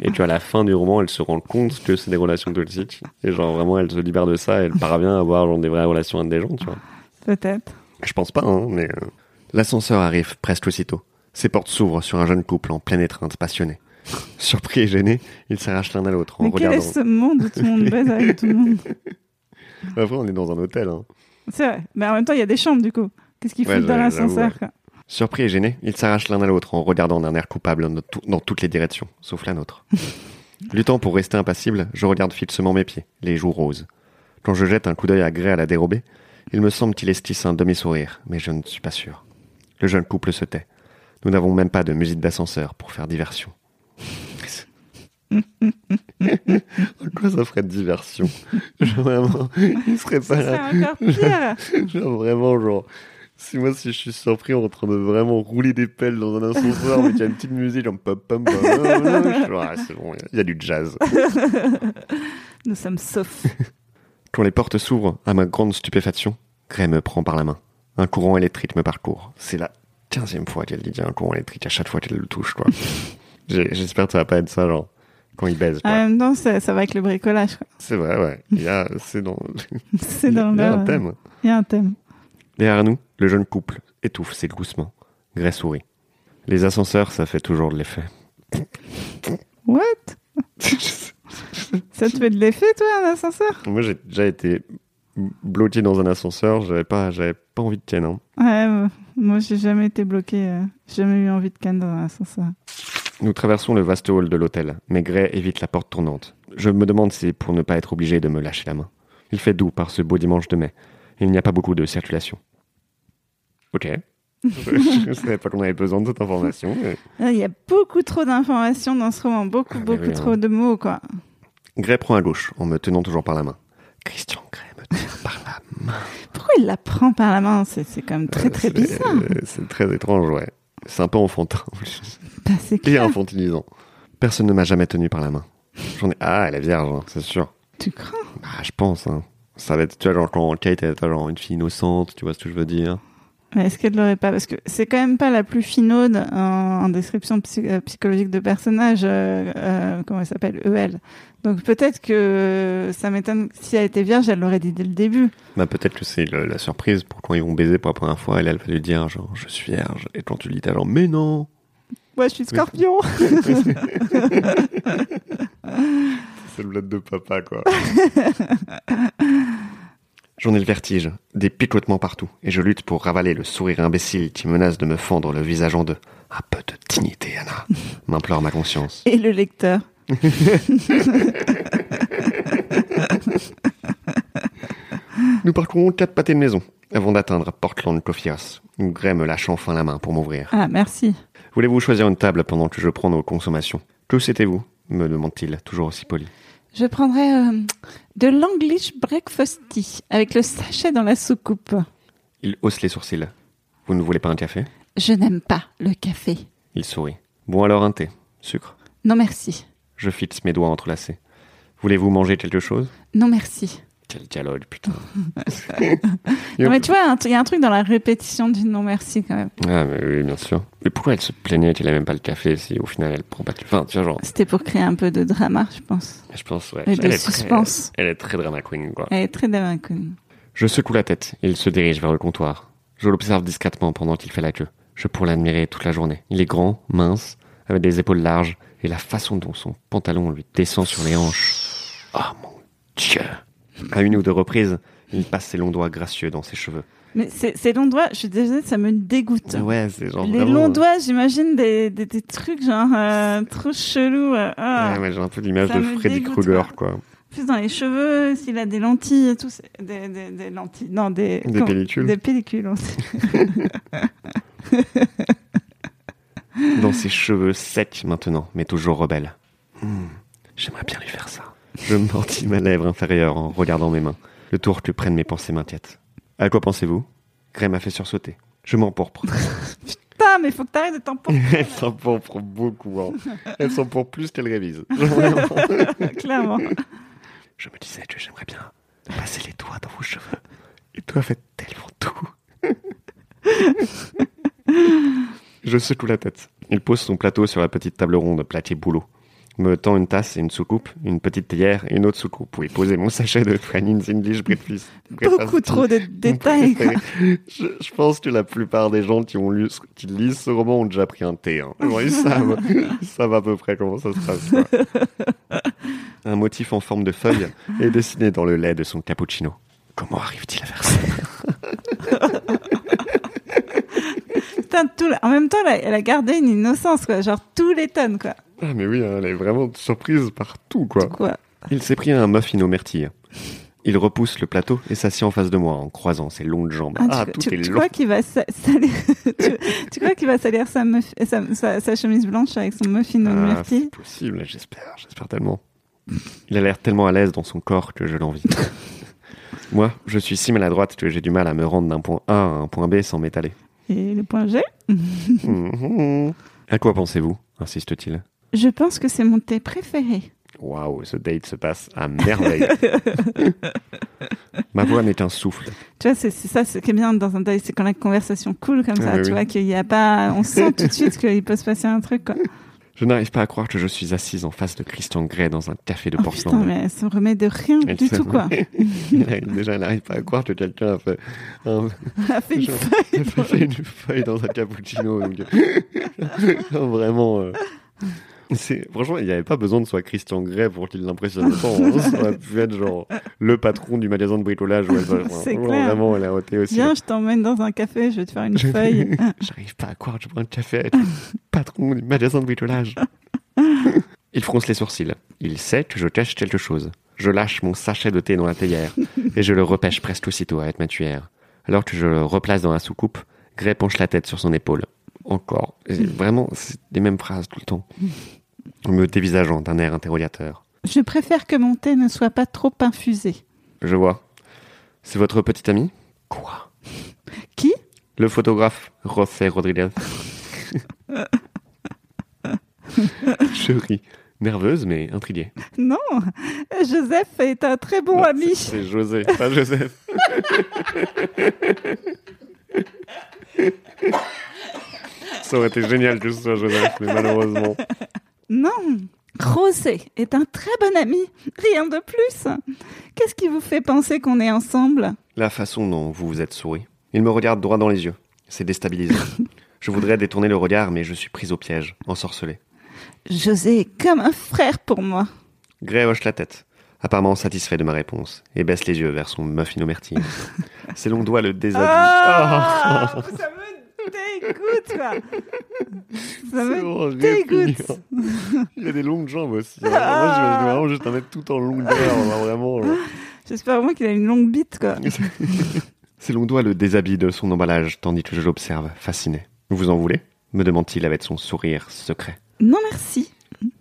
S3: Et tu vois, à la fin du roman, elle se rend compte que c'est des relations toxiques. Et genre, vraiment, elle se libère de ça. Elle parvient à avoir genre, des vraies relations avec des gens, tu vois.
S2: Peut-être.
S3: Je pense pas, hein, mais. euh, L'ascenseur arrive presque aussitôt. Ses portes s'ouvrent sur un jeune couple en pleine étreinte passionnée. Surpris et gênés, ils s'arrachent l'un à l'autre en
S2: Mais quel est
S3: regardant.
S2: ce monde où tout le monde baise avec tout le monde
S3: Après, on est dans un hôtel. Hein.
S2: C'est vrai. Mais en même temps, il y a des chambres, du coup. Qu'est-ce qu'ils
S3: Ouais,
S2: foutent dans
S3: j'avoue,
S2: l'ascenseur,
S3: ouais.
S2: quoi
S3: Surpris et gênés, ils s'arrachent l'un à l'autre en regardant d'un air coupable dans, tout- dans toutes les directions, sauf la nôtre. Luttant pour rester impassible, je regarde fixement mes pieds, les joues roses. Quand je jette un coup d'œil à Gré à la dérobée, il me semble qu'il esquisse un demi-sourire, mais je ne suis pas sûr. Le jeune couple se tait. Nous n'avons même pas de musique d'ascenseur pour faire diversion. En quoi ça ferait de diversion Genre, Vraiment, il serait
S2: Ça
S3: pas
S2: serait
S3: là.
S2: encore pire.
S3: Genre vraiment, genre. Si moi, si je suis surpris en train de vraiment rouler des pelles dans un ascenseur, mais qu'il y a une petite musique, genre pop pop pop, je suis genre, ah, c'est bon, il y a du jazz.
S2: Nous sommes saufs.
S3: Quand les portes s'ouvrent, à ma grande stupéfaction, Gray me prend par la main. Un courant électrique me parcourt. C'est la quinzième fois qu'elle dit qu'il y a un courant électrique à chaque fois qu'elle le touche, quoi. J'ai- J'espère que ça va pas être ça, genre, quand il baise,
S2: En
S3: quoi.
S2: même temps, Euh, ça, ça va avec le bricolage. quoi.
S3: C'est vrai, ouais. Il y a, c'est dans,
S2: C'est
S3: il y a
S2: dans
S3: un
S2: le.
S3: thème.
S2: Il y a un thème.
S3: Derrière nous, le jeune couple étouffe ses gloussements. Gray sourit. Les ascenseurs, ça fait toujours de l'effet.
S2: What Ça te fait de l'effet, toi, un ascenseur
S3: Moi, j'ai déjà été bloqué dans un ascenseur. J'avais pas, j'avais pas envie de tienne. hein.
S2: Ouais, euh, moi, j'ai jamais été bloqué. euh, j'ai jamais eu envie de canne dans un ascenseur.
S3: Nous traversons le vaste hall de l'hôtel, mais Gray évite la porte tournante. Je me demande si c'est pour ne pas être obligé de me lâcher la main. Il fait doux par ce beau dimanche de mai. Il n'y a pas beaucoup de circulation. Ok. je ne savais pas qu'on avait besoin de cette information. mais-
S2: Ah, Il y a beaucoup trop d'informations dans ce roman, beaucoup,
S3: Ah, mais
S2: beaucoup
S3: oui,
S2: trop
S3: hein.
S2: de mots, quoi.
S3: Gray prend à gauche en me tenant toujours par la main. Christian Gray me tient par la
S2: Pourquoi il la prend par la main C'est c'est quand même très, très
S3: C'est-
S2: bizarre.
S3: euh, C'est très étrange, ouais. C'est un peu enfantin
S2: Bah, c'est
S3: et
S2: clair.
S3: infantilisant. Personne ne m'a jamais tenu par la main. J'en ai. Ah, elle est vierge, hein, c'est sûr.
S2: Tu crains
S3: Bah, je pense. hein. Ça va être, tu vois, genre quand Kate est genre une fille innocente, tu vois ce que je veux dire.
S2: Mais est-ce qu'elle l'aurait pas Parce que c'est quand même pas la plus finaude en, en description psy- euh, psychologique de personnage. euh, euh, comment elle s'appelle EL. Donc peut-être que euh, ça m'étonne. Si elle était vierge, elle l'aurait dit dès le début.
S3: Bah, peut-être que c'est le- la surprise pour quand ils vont baiser pour la première fois. Et là, elle va lui dire, genre, je suis vierge. Et quand tu lis, t'as genre, mais non
S2: Moi, je suis scorpion.
S3: C'est le bled de papa, quoi. J'en ai le vertige, des picotements partout, et je lutte pour ravaler le sourire imbécile qui menace de me fendre le visage en deux. Un peu de dignité, Anna, m'implore ma conscience.
S2: Et le lecteur.
S3: Nous parcourons quatre pâtés de maison avant d'atteindre Portland Coffee House, où Gray me lâche enfin la main pour m'ouvrir.
S2: Ah, merci.
S3: Voulez-vous choisir une table pendant que je prends nos consommations Que souhaitez-vous me demande-t-il, toujours aussi poli.
S2: Je prendrais euh, de l'English breakfast tea avec le sachet dans la soucoupe.
S3: Il hausse les sourcils. Vous ne voulez pas un café
S2: Je n'aime pas le café.
S3: Il sourit. Bon alors un thé, sucre.
S2: Non merci.
S3: Je fixe mes doigts entrelacés. Voulez-vous manger quelque chose
S2: Non merci.
S3: Quel dialogue, putain.
S2: Non mais tu vois, un t- il y a un truc dans la répétition du non merci quand même.
S3: Ah, mais oui, bien sûr. Mais pourquoi elle se plaignait qu'elle a même pas le café si au final elle prend pas du Enfin, tu vois, genre,
S2: C'était pour créer un peu de drama, je pense.
S3: je pense, ouais.
S2: Et de
S3: elle, est
S2: suspense.
S3: Très, elle est très drama queen, quoi.
S2: Elle est très damaconne.
S3: Je secoue la tête et il se dirige vers le comptoir. Je l'observe discrètement pendant qu'il fait la queue. Je pourrais l'admirer toute la journée. Il est grand, mince, avec des épaules larges et la façon dont son pantalon lui descend sur les hanches. Ah mon dieu À une ou deux reprises, il passe ses longs doigts gracieux dans ses cheveux.
S2: Mais ces ces longs doigts, je suis désolée, ça me dégoûte.
S3: Ouais, c'est genre
S2: Les
S3: vraiment-
S2: longs doigts, j'imagine des, des, des trucs genre euh, trop chelous. euh, ah.
S3: Ouais, ouais, j'ai un peu l'image
S2: Ça
S3: de
S2: me
S3: Freddy
S2: dégoûte,
S3: Krueger,
S2: moi.
S3: quoi.
S2: Plus dans les cheveux, s'il a des lentilles et tout, c'est- des, des, des lentilles, non des
S3: Des
S2: comment-
S3: pellicules.
S2: des pellicules. on sait.
S3: Dans ses cheveux secs maintenant, mais toujours rebelles. Hmm, J'aimerais bien lui faire ça. Je mordis ma lèvre inférieure en regardant mes mains. Le tour que prennent mes pensées m'inquiète. À quoi pensez-vous Gray m'a fait sursauter. Je m'empourpre.
S2: Putain, mais faut que t'arrêtes de t'emporter
S3: Elle s'empourpre beaucoup. hein. Elle s'empourpre plus qu'elle révise.
S2: clairement.
S3: Je me disais que j'aimerais bien passer les doigts dans vos cheveux. Ils doivent être tellement doux. Je secoue la tête. Il pose son plateau sur la petite table ronde, plaquée boulot. Me tend une tasse et une soucoupe, une petite théière et une autre soucoupe où est posé mon sachet de Franny's English Breakfast.
S2: Beaucoup trop de détails. quoi.
S3: Je, je pense que la plupart des gens qui, ont lu, ce- qui lisent ce roman ont déjà pris un thé. hein. Genre, ils, savent, ils savent à peu près comment ça se passe. quoi. Un motif en forme de feuille est dessiné dans le lait de son cappuccino. Comment arrive-t-il à faire ça
S2: Putain, tout la- en même temps, elle a, elle a gardé une innocence, quoi. Genre, tous les tonnes, quoi.
S3: Ah mais oui, hein, elle est vraiment surprise par tout, quoi.
S2: Quoi.
S3: Il s'est pris un muffin au myrtille. Il repousse le plateau et s'assied en face de moi en croisant ses longues jambes.
S2: Ah, tu,
S3: Ah,
S2: tu-
S3: tout
S2: tu
S3: est long.
S2: crois qu'il va sa- salir, tu, tu crois qu'il va salir sa, meuf- sa- sa- sa chemise blanche avec son muffin au
S3: Ah,
S2: myrtille
S3: c'est possible, j'espère, j'espère tellement. Il a l'air tellement à l'aise dans son corps que je l'envie. Moi, je suis si maladroite que j'ai du mal à me rendre d'un point A à un point B sans m'étaler.
S2: et le point G
S3: Mhm. à quoi pensez-vous insiste-t-il.
S2: Je pense que c'est mon thé préféré.
S3: Waouh, ce date se passe à merveille. Ma voix n'est qu'un souffle.
S2: Tu vois, c'est c'est ça ce qui est bien dans un date, c'est quand la conversation coule comme
S3: Ah,
S2: ça,
S3: bah
S2: tu
S3: oui.
S2: vois, qu'il n'y a pas. On sent tout de suite qu'il peut se passer un truc, quoi.
S3: Je n'arrive pas à croire que je suis assise en face de Christian Grey dans un café de
S2: Oh
S3: Portland.
S2: putain, mais elle se remet de rien
S3: Elle
S2: du
S3: se
S2: tout, quoi.
S3: Déjà, elle n'arrive pas à croire que quelqu'un a fait un,
S2: Elle a fait une
S3: Je-
S2: feuille.
S3: Elle fait une feuille dans un cappuccino. donc, euh, non, Vraiment. euh, c'est- Franchement, il n'y avait pas besoin de soit Christian Grey pour qu'il l'impressionne autant. hein. Ça aurait pu être genre le patron du magasin de bricolage. Où elle va-
S2: C'est
S3: vraiment,
S2: clair.
S3: Vraiment, elle a ôté aussi.
S2: Viens, je t'emmène dans un café, je vais te faire une
S3: Je-
S2: feuille. Ah,
S3: J'arrive pas à croire que je prends un café avec le patron du magasin de bricolage. Il fronce les sourcils. Il sait que je cache quelque chose. Je lâche mon sachet de thé dans la théière et je le repêche presque aussitôt avec ma tuyère. Alors que je le replace dans la soucoupe, Gray penche la tête sur son épaule. Encore. Et Vraiment, c'est les mêmes phrases tout le temps. Me dévisageant d'un air interrogateur.
S2: Je préfère que mon thé ne soit pas trop infusé.
S3: Je vois. C'est votre petit ami Quoi
S2: Qui
S3: Le photographe José Rodriguez. je ris, nerveuse mais intriguée.
S2: Non, Joseph est un très bon
S3: Non,
S2: ami.
S3: Bah, C'est José, pas Joseph. Ça aurait été génial que ce soit Joseph, mais malheureusement.
S2: Non, José est un très bon ami, rien de plus. Qu'est-ce qui vous fait penser qu'on est ensemble
S3: La façon dont vous vous êtes souri. Il me regarde droit dans les yeux. C'est déstabilisant. Je voudrais détourner le regard, mais je suis prise au piège, ensorcelée.
S2: José est comme un frère pour moi.
S3: Gray hoche la tête, apparemment satisfait de ma réponse, et baisse les yeux vers son meuf inomertine. Ses longs doigts le déshabillent.
S2: Ah,
S3: Oh.
S2: ça me dégoûte, quoi. Ça
S3: C'est
S2: me
S3: horrible.
S2: dégoûte.
S3: Il a des longues jambes aussi. hein. Moi, je
S2: Ah.
S3: me vraiment juste un mec tout en longueur, genre, vraiment. genre.
S2: J'espère vraiment qu'il a une longue bite, quoi.
S3: Ses longs doigts le déshabillent de son emballage, tandis que je l'observe, fasciné. Vous en voulez me demande-t-il avec son sourire secret.
S2: Non, merci.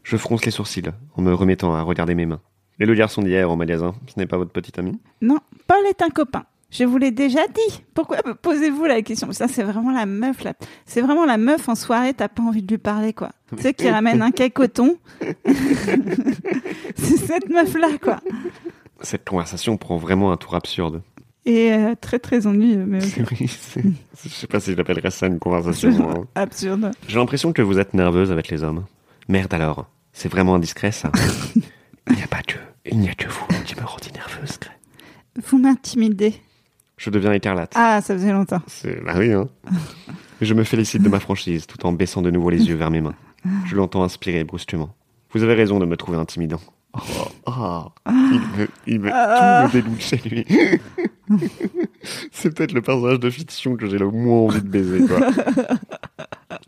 S3: Je fronce les sourcils en me remettant à regarder mes mains. Et le garçon d'hier au magasin, ce n'est pas votre petit ami
S2: Non, Paul est un copain. Je vous l'ai déjà dit. Pourquoi me posez-vous la question Ça, c'est vraiment la meuf, là. C'est vraiment la meuf en soirée, t'as pas envie de lui parler, quoi. Tu sais, qui ramène un cacoton. c'est cette meuf-là, quoi.
S3: Cette conversation prend vraiment un tour absurde.
S2: Et euh, très, très ennuyeux, mais ok.
S3: Oui, c'est- je sais pas si j'appellerais ça une conversation. hein.
S2: absurde.
S3: J'ai l'impression que vous êtes nerveuse avec les hommes. Merde alors, c'est vraiment indiscret ça. Il n'y a pas que, il n'y a que vous qui me rendez nerveuse. Grey.
S2: Vous m'intimidez.
S3: Je deviens écarlate.
S2: Ah, ça faisait longtemps.
S3: C'est bah oui hein. Je me félicite de ma franchise tout en baissant de nouveau les yeux vers mes mains. Je l'entends inspirer brusquement. Vous avez raison de me trouver intimidant. Oh, oh, il veut, il veut
S2: Ah.
S3: tout me dégoûte chez lui. C'est peut-être le personnage de fiction que j'ai le moins envie de baiser. Quoi.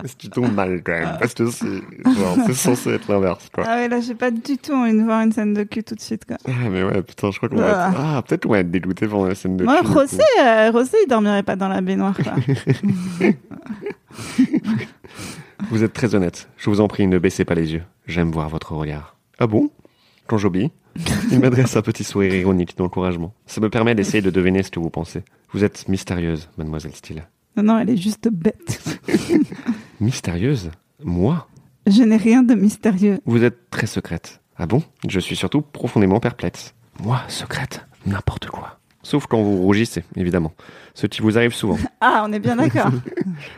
S3: Est-ce qu'il tombe mal quand même Parce que c'est, genre, c'est censé être l'inverse. Quoi.
S2: Ah ouais, là, j'ai pas du tout envie de voir une scène de cul tout de suite, quoi.
S3: Ah, mais ouais, putain, je crois qu'on va être... Ah, peut-être qu'on va être dégoûté pendant la scène de
S2: Moi,
S3: cul, du coup.
S2: José, euh, José, il dormirait pas dans la baignoire, quoi.
S3: Vous êtes très honnête. Je vous en prie, ne baissez pas les yeux. J'aime voir votre regard. Ah bon Quand j'obéis, il m'adresse un petit sourire ironique d'encouragement. Ça me permet d'essayer de deviner ce que vous pensez. Vous êtes mystérieuse, mademoiselle Steele.
S2: Non, non, elle est juste bête.
S3: Mystérieuse Moi
S2: Je n'ai rien de mystérieux.
S3: Vous êtes très secrète. Ah bon Je suis surtout profondément perplexe. Moi, secrète N'importe quoi. Sauf quand vous rougissez, évidemment. Ce qui vous arrive souvent.
S2: Ah, on est bien d'accord.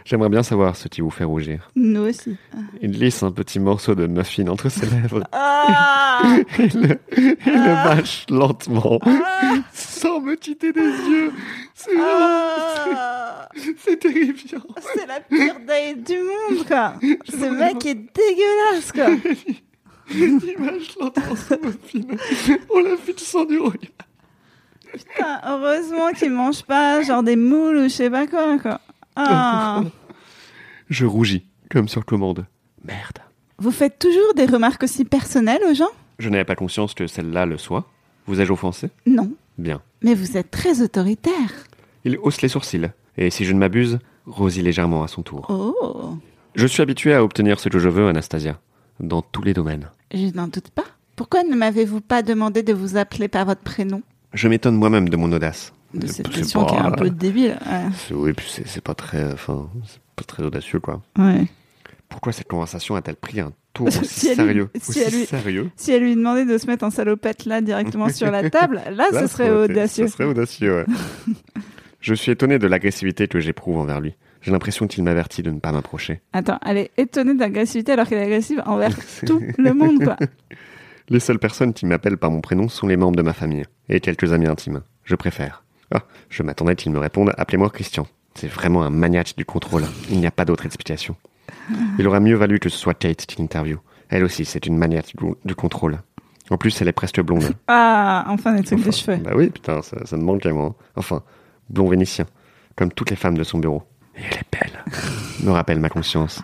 S3: J'aimerais bien savoir ce qui vous fait rougir.
S2: Nous aussi.
S3: Il lisse un petit morceau de muffin entre ses lèvres
S2: Ah
S3: et le, et le mâche lentement. sans me quitter des yeux. C'est
S2: Ah
S3: c'est terrifiant.
S2: C'est la pire date du monde, quoi. Ce mec est dégueulasse, quoi.
S3: L'image l'entend sur mon film. On la fiche sans du regard.
S2: Putain, heureusement qu'il mange pas genre des moules ou je sais pas quoi, quoi. Ah.
S3: Je rougis, comme sur commande. Merde.
S2: Vous faites toujours des remarques aussi personnelles aux gens
S3: Je n'avais pas conscience que celle-là le soit. Vous ai-je offensé
S2: Non,
S3: Bien.
S2: Mais vous êtes très autoritaire.
S3: Il hausse les sourcils, et si je ne m'abuse, rosit légèrement à son tour.
S2: Oh,
S3: Je suis habitué à obtenir ce que je veux, Anastasia, dans tous les domaines.
S2: je n'en doute pas. Pourquoi ne m'avez-vous pas demandé de vous appeler par votre prénom
S3: Je m'étonne moi-même de mon audace.
S2: De cette
S3: C'est
S2: question
S3: pas-
S2: qui est un peu débile. Ouais.
S3: c'est- Oui, puis c'est c'est pas très, enfin, c'est pas très audacieux, quoi.
S2: Ouais.
S3: Pourquoi cette conversation a-t-elle pris un tour
S2: Si
S3: aussi
S2: elle-
S3: sérieux,
S2: si
S3: aussi
S2: elle-
S3: sérieux
S2: Si elle lui demandait de se mettre en salopette là directement sur la table, là,
S3: Là,
S2: Ah, ce
S3: ça
S2: serait
S3: aurait été-
S2: audacieux.
S3: Ça serait audacieux, ouais. je suis étonné de l'agressivité que j'éprouve envers lui. J'ai l'impression qu'il m'avertit de ne pas m'approcher.
S2: Attends, elle est étonnée d'agressivité alors qu'elle est agressive envers tout le monde, quoi.
S3: Les seules personnes qui m'appellent par mon prénom sont les membres de ma famille et quelques amis intimes. Je préfère. Ah, je m'attendais qu'il me réponde Appelez-moi Christian. C'est vraiment un maniaque du contrôle. Il n'y a pas d'autre explication. Il aurait mieux valu que ce soit Kate qui l'interviewe. Elle aussi, c'est une maniaque du, du contrôle. En plus, elle est presque blonde.
S2: Ah, enfin des trucs de
S3: Enfin,
S2: cheveux.
S3: Bah oui, putain, ça, ça me manque à moi. hein. Enfin, blond vénitien, comme toutes les femmes de son bureau. Et elle est belle, me rappelle ma conscience.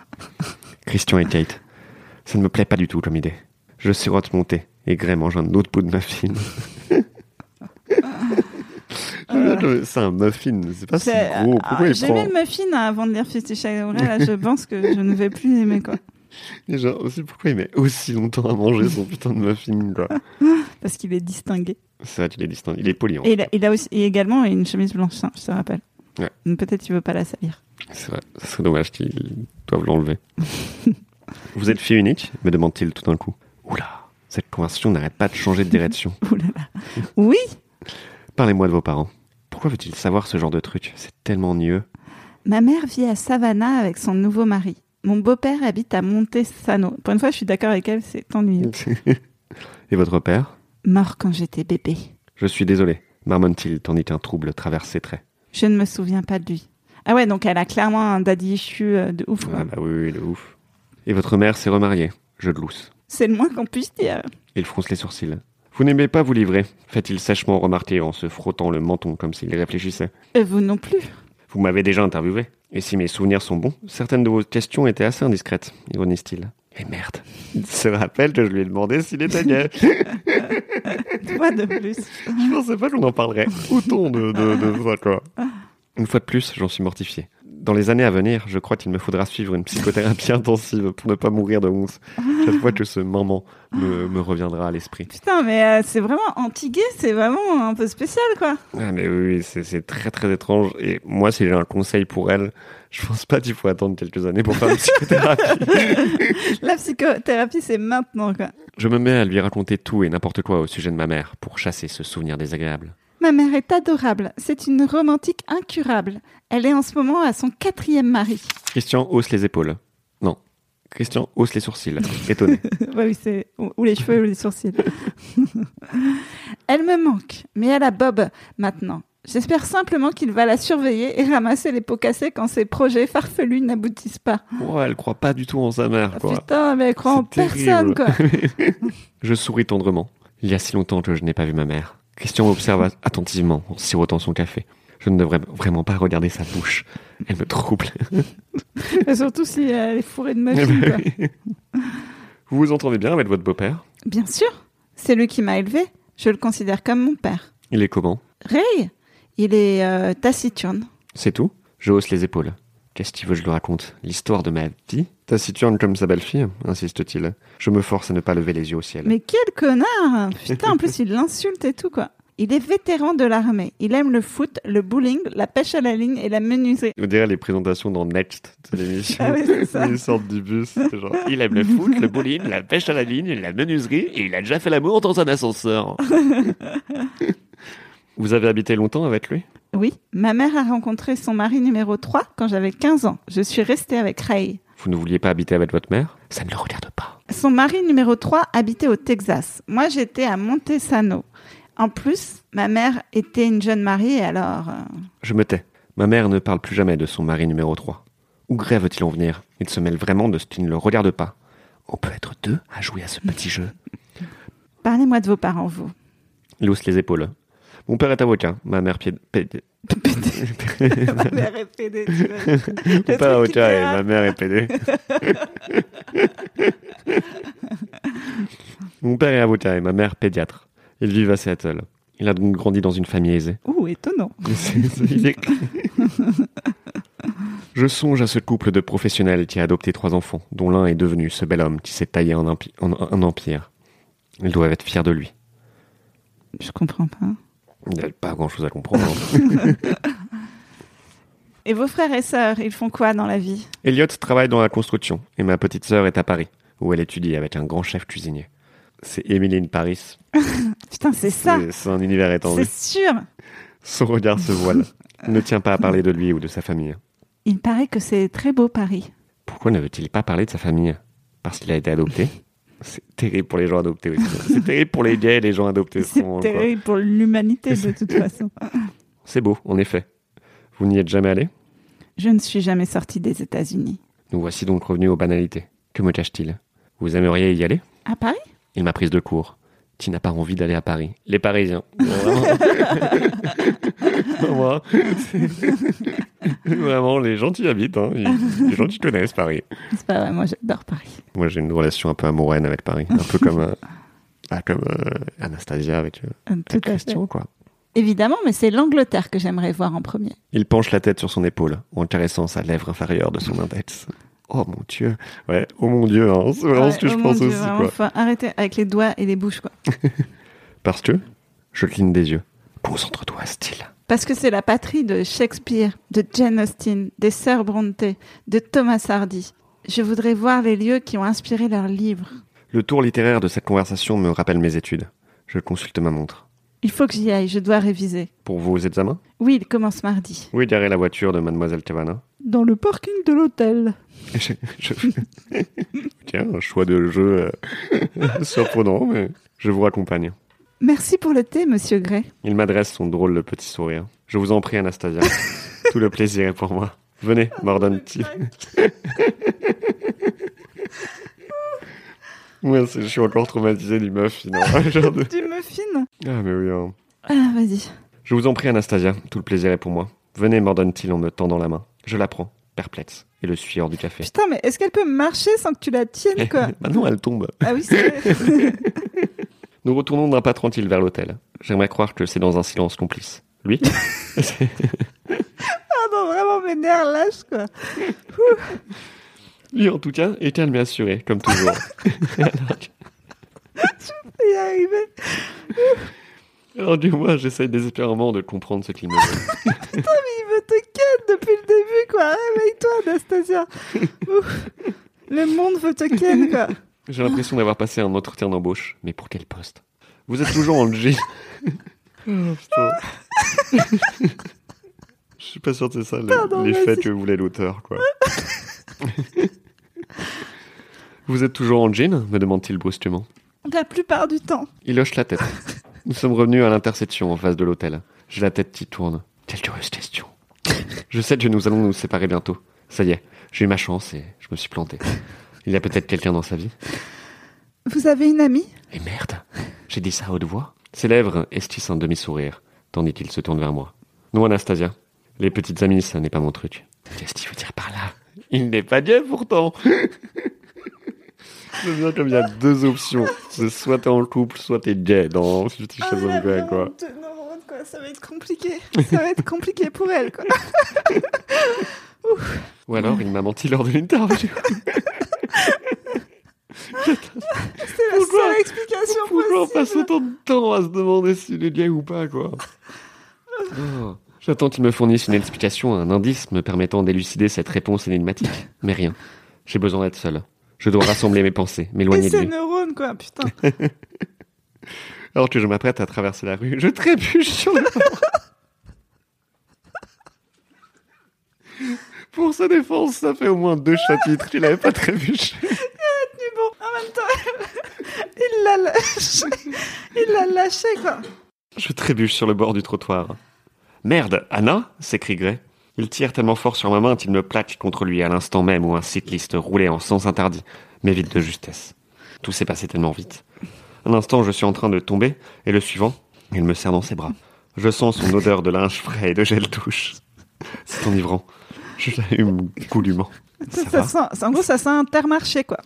S3: Christian et Kate, ça ne me plaît pas du tout comme idée. Je sirote mon thé et Gray mange un autre bout de muffin. c'est un muffin, c'est pas si
S2: Euh. C'est-
S3: gros. Pourquoi
S2: ah,
S3: il
S2: J'ai
S3: prend
S2: mis le muffin avant de lire Fifty Shades of Grey, là, je pense que je ne vais plus l'aimer, quoi.
S3: Et genre, aussi, Pourquoi il met aussi longtemps à manger son putain de muffin quoi
S2: Parce qu'il est distingué.
S3: C'est vrai qu'il est distinct, il est poli. hein.
S2: Et il a, il a aussi, et également une chemise blanche, hein, je te rappelle.
S3: Ouais.
S2: Donc Peut-être tu veux pas la salir.
S3: C'est vrai, ce serait dommage qu'ils doivent l'enlever. Vous êtes fille unique me demande-t-il tout d'un coup. Oula, cette conversation n'arrête pas de changer de direction.
S2: Ouh là là. Oui,
S3: Parlez-moi de vos parents. Pourquoi veut-il savoir ce genre de truc C'est tellement ennuyeux.
S2: ma mère vit à Savannah avec son nouveau mari. Mon beau-père habite à Montesano. Pour une fois, je suis d'accord avec elle, c'est ennuyeux.
S3: Et votre père
S2: Mort quand j'étais bébé.
S3: Je suis désolé, marmonne-t-il tandis qu'un trouble traverse ses traits.
S2: Je ne me souviens pas de lui. Ah ouais, donc elle a clairement un daddy issue euh, de ouf. quoi.
S3: Ah bah oui, oui, de ouf. Et votre mère s'est remariée Je glousse.
S2: C'est le moins qu'on puisse dire.
S3: Il fronce les sourcils. Vous n'aimez pas vous livrer fait-il sèchement remarquer en se frottant le menton comme s'il réfléchissait.
S2: Et vous non plus.
S3: Vous m'avez déjà interviewé. Et si mes souvenirs sont bons, certaines de vos questions étaient assez indiscrètes, ironise-t-il. Et merde. Il se rappelle que je lui ai demandé s'il était gay.
S2: Toi de plus.
S3: je pensais pas qu'on en parlerait autant de, de, de ça, quoi. Une fois de plus, j'en suis mortifié. Dans les années à venir, je crois qu'il me faudra suivre une psychothérapie intensive pour ne pas mourir de honte. Chaque fois que ce moment me, me reviendra à l'esprit.
S2: Putain, mais euh, c'est vraiment antigué, c'est vraiment un peu spécial, quoi.
S3: Ah, mais oui, oui, c'est- c'est très très étrange. Et moi, si j'ai un conseil pour elle, je pense pas qu'il faut attendre quelques années pour faire une psychothérapie.
S2: La psychothérapie, c'est maintenant, quoi.
S3: Je me mets à lui raconter tout et n'importe quoi au sujet de ma mère pour chasser ce souvenir désagréable.
S2: Ma mère est adorable. C'est une romantique incurable. Elle est en ce moment à son quatrième mari.
S3: Christian hausse les épaules. Non. Christian hausse les sourcils, étonné.
S2: Ouais, oui, c'est ou ou les cheveux ou les sourcils. elle me manque, mais elle a Bob maintenant. J'espère simplement qu'il va la surveiller et ramasser les pots cassés quand ses projets farfelus n'aboutissent pas.
S3: Oh, elle croit pas du tout en sa mère,
S2: Ah,
S3: quoi.
S2: Putain, mais elle croit en
S3: C'est
S2: personne,
S3: terrible.
S2: quoi.
S3: Je souris tendrement. Il y a si longtemps que je n'ai pas vu ma mère. Christian observe attentivement en sirotant son café. Je ne devrais vraiment pas regarder sa bouche. Elle me trouble.
S2: Et surtout si euh, elle est fourrée de
S3: Eh
S2: muffins, quoi.
S3: ben oui. vous vous entendez bien avec votre beau-père
S2: Bien sûr, c'est lui qui m'a élevé. Je le considère comme mon père.
S3: Il est comment
S2: Ray, il est euh, taciturne.
S3: C'est tout Je hausse les épaules. Qu'est-ce qu'il veut que je lui raconte L'histoire de ma vie Taciturne comme sa belle-fille, insiste-t-il. Je me force à ne pas lever les yeux au ciel.
S2: Mais quel connard Putain, en plus, il l'insulte et tout, quoi. Il est vétéran de l'armée. Il aime le foot, le bowling, la pêche à la ligne et la menuiserie.
S3: On dirait les présentations dans Next de l'émission.
S2: Ah oui, c'est ça.
S3: Ils sortent du bus. c'est genre, il aime le foot, le bowling, la pêche à la ligne, la menuiserie et il a déjà fait l'amour dans un ascenseur. Vous avez habité longtemps avec lui
S2: Oui, ma mère a rencontré son mari numéro 3 quand j'avais 15 ans. Je suis restée avec Ray.
S3: Vous ne vouliez pas habiter avec votre mère Ça ne le regarde pas.
S2: Son mari numéro 3 habitait au Texas. Moi, j'étais à Montesano. En plus, ma mère était une jeune mariée, alors... euh,
S3: Je me tais. Ma mère ne parle plus jamais de son mari numéro 3. Où grève veut-il en venir Il se mêle vraiment de ce qui ne le regarde pas. On peut être deux à jouer à ce petit jeu.
S2: Parlez-moi de vos parents, vous.
S3: Il hausse les épaules. Mon père est avocat, ma mère pied... pédé.
S2: Ma mère est pédée, tu vois. Le
S3: Mon
S2: truc
S3: père est
S2: qui te
S3: avocat et
S2: dérape.
S3: ma mère est pédé. Mon père est avocat et ma mère pédiatre. Ils vivent à Seattle. Il a donc grandi dans une famille aisée.
S2: Ouh, étonnant.
S3: C'est- c'est- il est- Je songe à ce couple de professionnels qui a adopté trois enfants, dont l'un est devenu ce bel homme qui s'est taillé en, impi- en- un empire. Ils doivent être fiers de lui.
S2: Je comprends pas.
S3: Il n'y a pas grand-chose à comprendre. hein.
S2: Et vos frères et sœurs, ils font quoi dans la vie
S3: Elliot travaille dans la construction et ma petite sœur est à Paris, où elle étudie avec un grand chef cuisinier. C'est Emeline Paris.
S2: Putain, c'est ça
S3: C'est- C'est un univers étendu.
S2: C'est sûr
S3: Son regard se voile. ne tient pas à parler de lui ou de sa famille.
S2: Il paraît que c'est très beau Paris.
S3: Pourquoi ne veut-il pas parler de sa famille Parce qu'il a été adopté C'est terrible pour les gens adoptés aussi. C'est terrible pour les gays et les gens adoptés.
S2: C'est
S3: vraiment, quoi.
S2: terrible pour l'humanité de toute façon.
S3: C'est beau, en effet. Vous n'y êtes jamais allé
S2: Je ne suis jamais sortie des États-Unis.
S3: Nous voici donc revenus aux banalités. Que me cache-t-il Vous aimeriez y aller
S2: À Paris
S3: Il m'a prise de court. Tu n'as pas envie d'aller à Paris. Les Parisiens. Vraiment. Vraiment. Vraiment, les gens qui y habitent. hein. Les gens qui connaissent Paris.
S2: C'est pas vrai, moi j'adore Paris.
S3: Moi, j'ai une relation un peu amoureuse avec Paris, un peu comme, euh, ah, comme euh, Anastasia avec, euh,
S2: Euh, Tout
S3: avec
S2: à fait.
S3: Christian, quoi.
S2: Évidemment, mais c'est l'Angleterre que j'aimerais voir en premier.
S3: Il penche la tête sur son épaule en caressant sa lèvre inférieure de son index. Oh mon dieu, ouais, oh mon dieu, hein, c'est vraiment
S2: Ouais,
S3: ce que
S2: oh
S3: je
S2: mon
S3: pense
S2: Dieu,
S3: aussi,
S2: vraiment,
S3: quoi.
S2: faut arrêter avec les doigts et les bouches, quoi.
S3: Parce que je cligne des yeux. Concentre-toi, style.
S2: Parce que c'est la patrie de Shakespeare, de Jane Austen, des sœurs Brontë, de Thomas Hardy. Je voudrais voir les lieux qui ont inspiré leurs livres.
S3: Le tour littéraire de cette conversation me rappelle mes études. Je consulte ma montre.
S2: Il faut que j'y aille, je dois réviser.
S3: Pour vos examens
S2: Oui, il commence mardi.
S3: Oui, garer la voiture de Mademoiselle Cavana.
S2: Dans le parking de l'hôtel.
S3: Je- je- Tiens, un choix de jeu euh, surprenant, mais je vous accompagne.
S2: Merci pour le thé, monsieur Gray.
S3: Il m'adresse son drôle de petit sourire. Je vous en prie, Anastasia. Tout le plaisir est pour moi. Venez,
S2: Oh,
S3: m'ordonne-t-il. Ouais, c'est- je suis encore traumatisé du meuf,
S2: Tu me fines
S3: Ah, mais oui. hein.
S2: Ah, vas-y.
S3: Je vous en prie, Anastasia. Tout le plaisir est pour moi. Venez, m'ordonne-t-il en me tendant la main. Je la prends, perplexe, et le suis hors du café.
S2: Putain, mais est-ce qu'elle peut marcher sans que tu la tiennes, quoi
S3: Maintenant, elle tombe.
S2: Ah oui, c'est vrai.
S3: Nous retournons d'un pas tranquille vers l'hôtel. J'aimerais croire que c'est dans un silence complice. Lui
S2: Pardon, Ah vraiment, mes nerfs lâchent, quoi.
S3: Lui, en tout cas, est calme et assuré, comme toujours. Alors que-
S2: Faut Y arriver.
S3: Alors du moins, j'essaye désespérément de comprendre ce qu'il me veut.
S2: Il me te ken depuis le début, quoi. Réveille-toi, Anastasia. Ouf. Le monde veut te ken, quoi.
S3: J'ai l'impression d'avoir passé un entretien d'embauche. Mais pour quel poste Vous êtes toujours en jean. Oh, putain. Je suis pas sûr que c'est ça
S2: Pardon,
S3: les, les faits
S2: vas-y.
S3: que voulait l'auteur, quoi. Vous êtes toujours en jean me demande-t-il brusquement.
S2: La plupart du temps.
S3: Il hoche la tête. Nous sommes revenus à l'intersection en face de l'hôtel. J'ai la tête qui tourne. Quelle curieuse question. Je sais que nous allons nous séparer bientôt. Ça y est, j'ai eu ma chance et je me suis planté. Il y a peut-être quelqu'un dans sa vie.
S2: Vous avez une amie
S3: Et Eh, merde, j'ai dit ça à haute voix. Ses lèvres esquissent un demi-sourire, tandis qu'il se tourne vers moi. Non, Anastasia, les petites amies, ça n'est pas mon truc. Qu'est-ce qu'il veut dire par là Il n'est pas Dieu pourtant J'aime bien comme il y a deux options. C'est soit t'es en couple, soit t'es hein, gay dans Fifty
S2: Ah,
S3: Shades
S2: mais là,
S3: of Grey,
S2: vraiment,
S3: quoi.
S2: de- non, vraiment, quoi, Ça va être compliqué. Ça va être compliqué pour elle, quoi.
S3: Ou alors il m'a menti lors de l'interview.
S2: C'est la
S3: Pourquoi
S2: seule explication
S3: Pourquoi on passe
S2: possible.
S3: autant de temps à se demander s'il est gay ou pas, quoi Oh. J'attends qu'il me fournisse une explication, un indice me permettant d'élucider cette réponse énigmatique. Mais rien. J'ai besoin d'être seul. Je dois rassembler mes pensées,
S2: Et
S3: m'éloigner de
S2: ses
S3: lui.
S2: neurones, quoi, putain.
S3: Alors que je m'apprête à traverser la rue, je trébuche sur le bord. Pour sa défense, ça fait au moins deux chapitres qu'il n'avait pas trébuché.
S2: Mais bon, en même temps, il l'a lâché. Il l'a lâché, quoi.
S3: Je trébuche sur le bord du trottoir. Merde, Anna s'écrie Gray. Il tire tellement fort sur ma main qu'il me plaque contre lui à l'instant même où un cycliste roulait en sens interdit, m'évite de justesse. Tout s'est passé tellement vite. Un instant, je suis en train de tomber, et le suivant, il me serre dans ses bras. Je sens son odeur de linge frais et de gel douche. C'est enivrant. Je l'allume goulûment. Ça
S2: Ça
S3: va Hmm.
S2: sent- ça- en gros, ça sent Intermarché, quoi.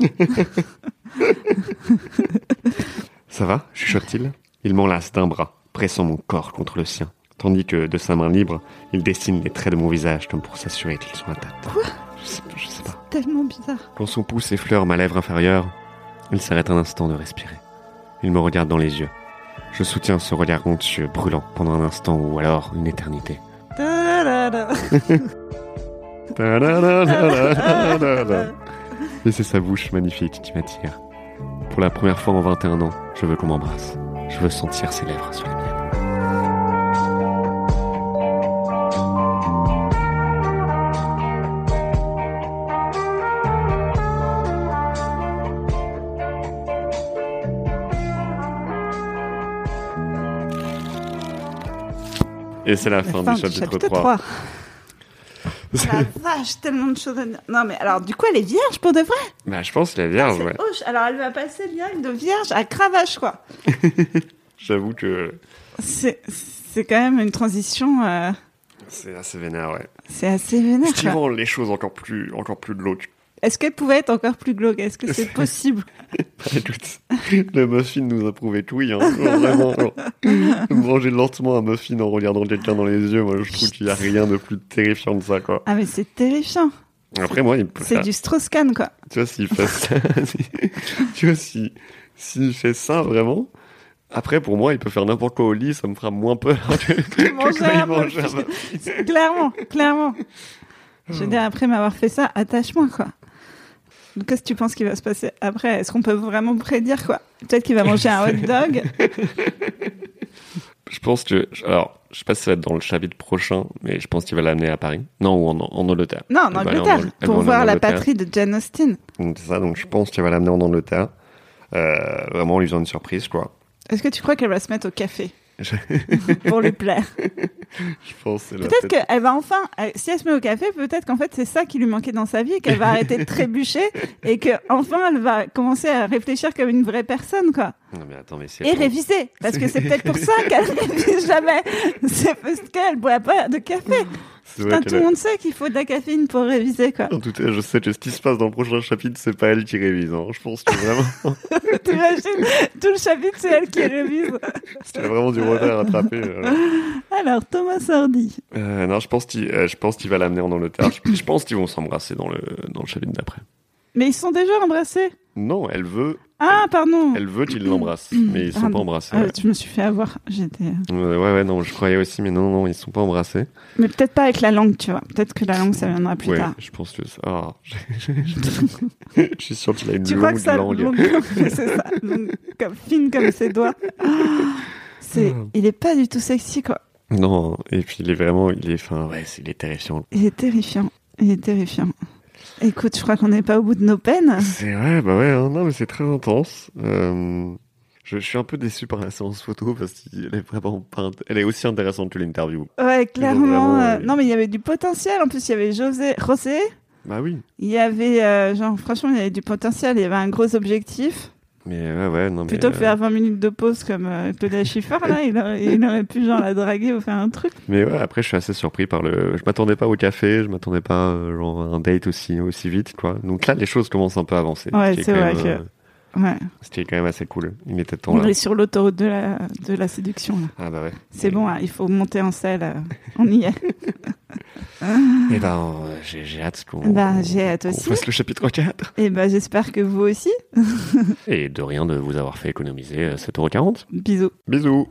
S3: Ça va chuchote-t-il. Il m'enlace d'un bras pressant mon corps contre le sien, tandis que de sa main libre, il dessine les traits de mon visage comme pour s'assurer qu'ils sont intacts.
S2: Quoi
S3: je sais, je sais pas.
S2: Tellement bizarre.
S3: Quand son pouce effleure ma lèvre inférieure, il s'arrête un instant de respirer. Il me regarde dans les yeux. Je soutiens ce regard onctueux, brûlant, pendant un instant ou alors une éternité.
S2: Ta-da-da-da.
S3: Ta-da-da-da-da-da-da. Et c'est sa bouche magnifique qui m'attire. Pour la première fois en 21 ans, je veux qu'on m'embrasse. Je veux sentir ses lèvres sur les miennes. Et c'est la, fin, du chapitre, 3.
S2: La vache, tellement de choses à dire. Non, mais alors, du coup, elle est vierge pour de vrai.
S3: bah, je pense qu'il est vierge,
S2: C'est
S3: ouais.
S2: hoche. Alors, elle va passer direct de vierge à cravache, quoi.
S3: J'avoue que
S2: C'est c'est quand même une transition. euh,
S3: c'est assez vénère, ouais.
S2: c'est assez vénère.
S3: Ce qui
S2: quoi.
S3: rend les choses encore plus, encore plus glauques.
S2: Est-ce qu'elle pouvait être encore plus glauque Est-ce que c'est possible
S3: Pas de doute. Le muffin nous a prouvé que oui, hein. Vraiment, genre, manger lentement un muffin en regardant quelqu'un dans les yeux, moi, je trouve qu'il n'y a rien de plus terrifiant de ça, quoi.
S2: Ah, mais c'est terrifiant.
S3: Après, moi, il peut
S2: C'est
S3: faire-
S2: du Strauss-Kahn, quoi.
S3: Tu vois, s'il fait ça, tu vois, si- s'il fait ça, vraiment... Après, pour moi, il peut faire n'importe quoi au lit, ça me fera moins peur que, que
S2: Manger
S3: quand il
S2: un
S3: mange un
S2: muffin.
S3: muffin.
S2: Clairement, clairement. Je veux dire,
S3: Oh.
S2: après m'avoir fait ça, attache-moi, quoi. Donc, Qu'est-ce que tu penses qu'il va se passer après Est-ce qu'on peut vraiment prédire, quoi Peut-être qu'il va manger un hot dog.
S3: Je pense que. Alors, je sais pas si ça va être dans le chapitre prochain, mais je pense qu'il va l'amener à Paris. Non, ou en, en Angleterre.
S2: Non, en
S3: Eh ben, Elle va aller en
S2: Angleterre,
S3: Ang- elle va
S2: pour
S3: aller en
S2: voir la
S3: Angleterre.
S2: patrie de Jane Austen.
S3: Donc, c'est ça, donc je pense qu'il va l'amener en Angleterre. Euh, vraiment en lui faisant une surprise, quoi.
S2: Est-ce que tu crois qu'elle va se mettre au café
S3: Je,
S2: pour lui plaire
S3: je pense que c'est la
S2: Peut-être
S3: tête.
S2: qu'elle va enfin, elle- si elle se met au café, peut-être qu'en fait c'est ça qui lui manquait dans sa vie, et qu'elle va arrêter de trébucher et que enfin elle va commencer à réfléchir comme une vraie personne, quoi.
S3: Non, mais attends, mais c'est.
S2: Et réviser, parce que c'est peut-être pour ça qu'elle révise jamais. C'est parce qu'elle boit pas de café.
S3: c'est vrai
S2: Putain,
S3: qu'elle
S2: tout le
S3: a-
S2: monde sait qu'il faut de la caféine pour réviser, quoi.
S3: En tout cas, je sais que ce qui se passe dans le prochain chapitre, c'est pas elle qui révise. hein. Je pense que vraiment,
S2: T'imagines Tout le chapitre, c'est elle qui révise.
S3: c'était vraiment du retard à attraper. euh.
S2: Alors, Thomas Sordi.
S3: Euh, non, je pense qu'il euh, je pense qu'il va l'amener en Angleterre. Je, je pense qu'ils vont s'embrasser dans le, dans le chapitre d'après.
S2: Mais ils se sont déjà embrassés
S3: Non, elle veut,
S2: Ah, pardon
S3: elle veut qu'il l'embrasse, mais ils sont pas
S2: Pardon.
S3: embrassés.
S2: Ah,
S3: ouais.
S2: je me suis fait avoir. J'étais.
S3: Euh, ouais, ouais, non, je croyais aussi, mais non, non, ils sont pas embrassés.
S2: Mais peut-être pas avec la langue, tu vois. Peut-être que la langue, ça viendra plus
S3: ouais,
S2: tard.
S3: je pense que ça. ah, je suis sûr qu'il a une
S2: Tu crois que
S3: longue
S2: ça,
S3: langue.
S2: longue- c'est ça, longue, comme fine comme ses doigts. Ah, c'est, il est pas du tout sexy, quoi.
S3: Non, et puis il est vraiment, il est, enfin, ouais, c'est- il est terrifiant.
S2: Il est terrifiant. Il est terrifiant. Écoute, je crois qu'on n'est pas au bout de nos peines.
S3: C'est ouais, bah ouais, hein, non, mais c'est très intense. Euh, je, je suis un peu déçu par la séance photo parce qu'elle est vraiment pas, int- elle est aussi intéressante que l'interview.
S2: Ouais, clairement.
S3: vraiment,
S2: euh,
S3: ouais.
S2: Non, mais il y avait du potentiel. En plus, il y avait José, José.
S3: Bah oui.
S2: Il y avait, euh, genre, franchement, il y avait du potentiel. Il y avait un gros objectif.
S3: Mais ouais, ouais, non, mais.
S2: Plutôt que
S3: euh,
S2: faire 20 minutes de pause comme euh, Claudia Schiffer, là, il aurait, il aurait pu, genre, la draguer ou faire un truc.
S3: Mais ouais, après, je suis assez surpris par le. Je m'attendais pas au café, je m'attendais pas euh, genre, à un date aussi, aussi vite, quoi. Donc là, les choses commencent un peu à avancer.
S2: Ouais,
S3: ce qui est
S2: c'est
S3: quand
S2: vrai
S3: même,
S2: que-
S3: euh,
S2: Ouais.
S3: ce qui est quand même assez cool. Il était temps
S2: On
S3: là.
S2: est sur l'autoroute de la, de la séduction, là.
S3: Ah bah ouais.
S2: C'est bon, hein, il faut monter en selle. euh, on y est.
S3: Et ben, euh, j'ai j'ai hâte qu'on.
S2: Bah, j'ai hâte
S3: qu'on
S2: aussi.
S3: fasse le chapitre 4.
S2: Et ben, j'espère que vous aussi.
S3: Et de rien de vous avoir fait économiser euh, 7,40€.
S2: Bisous.
S3: Bisous.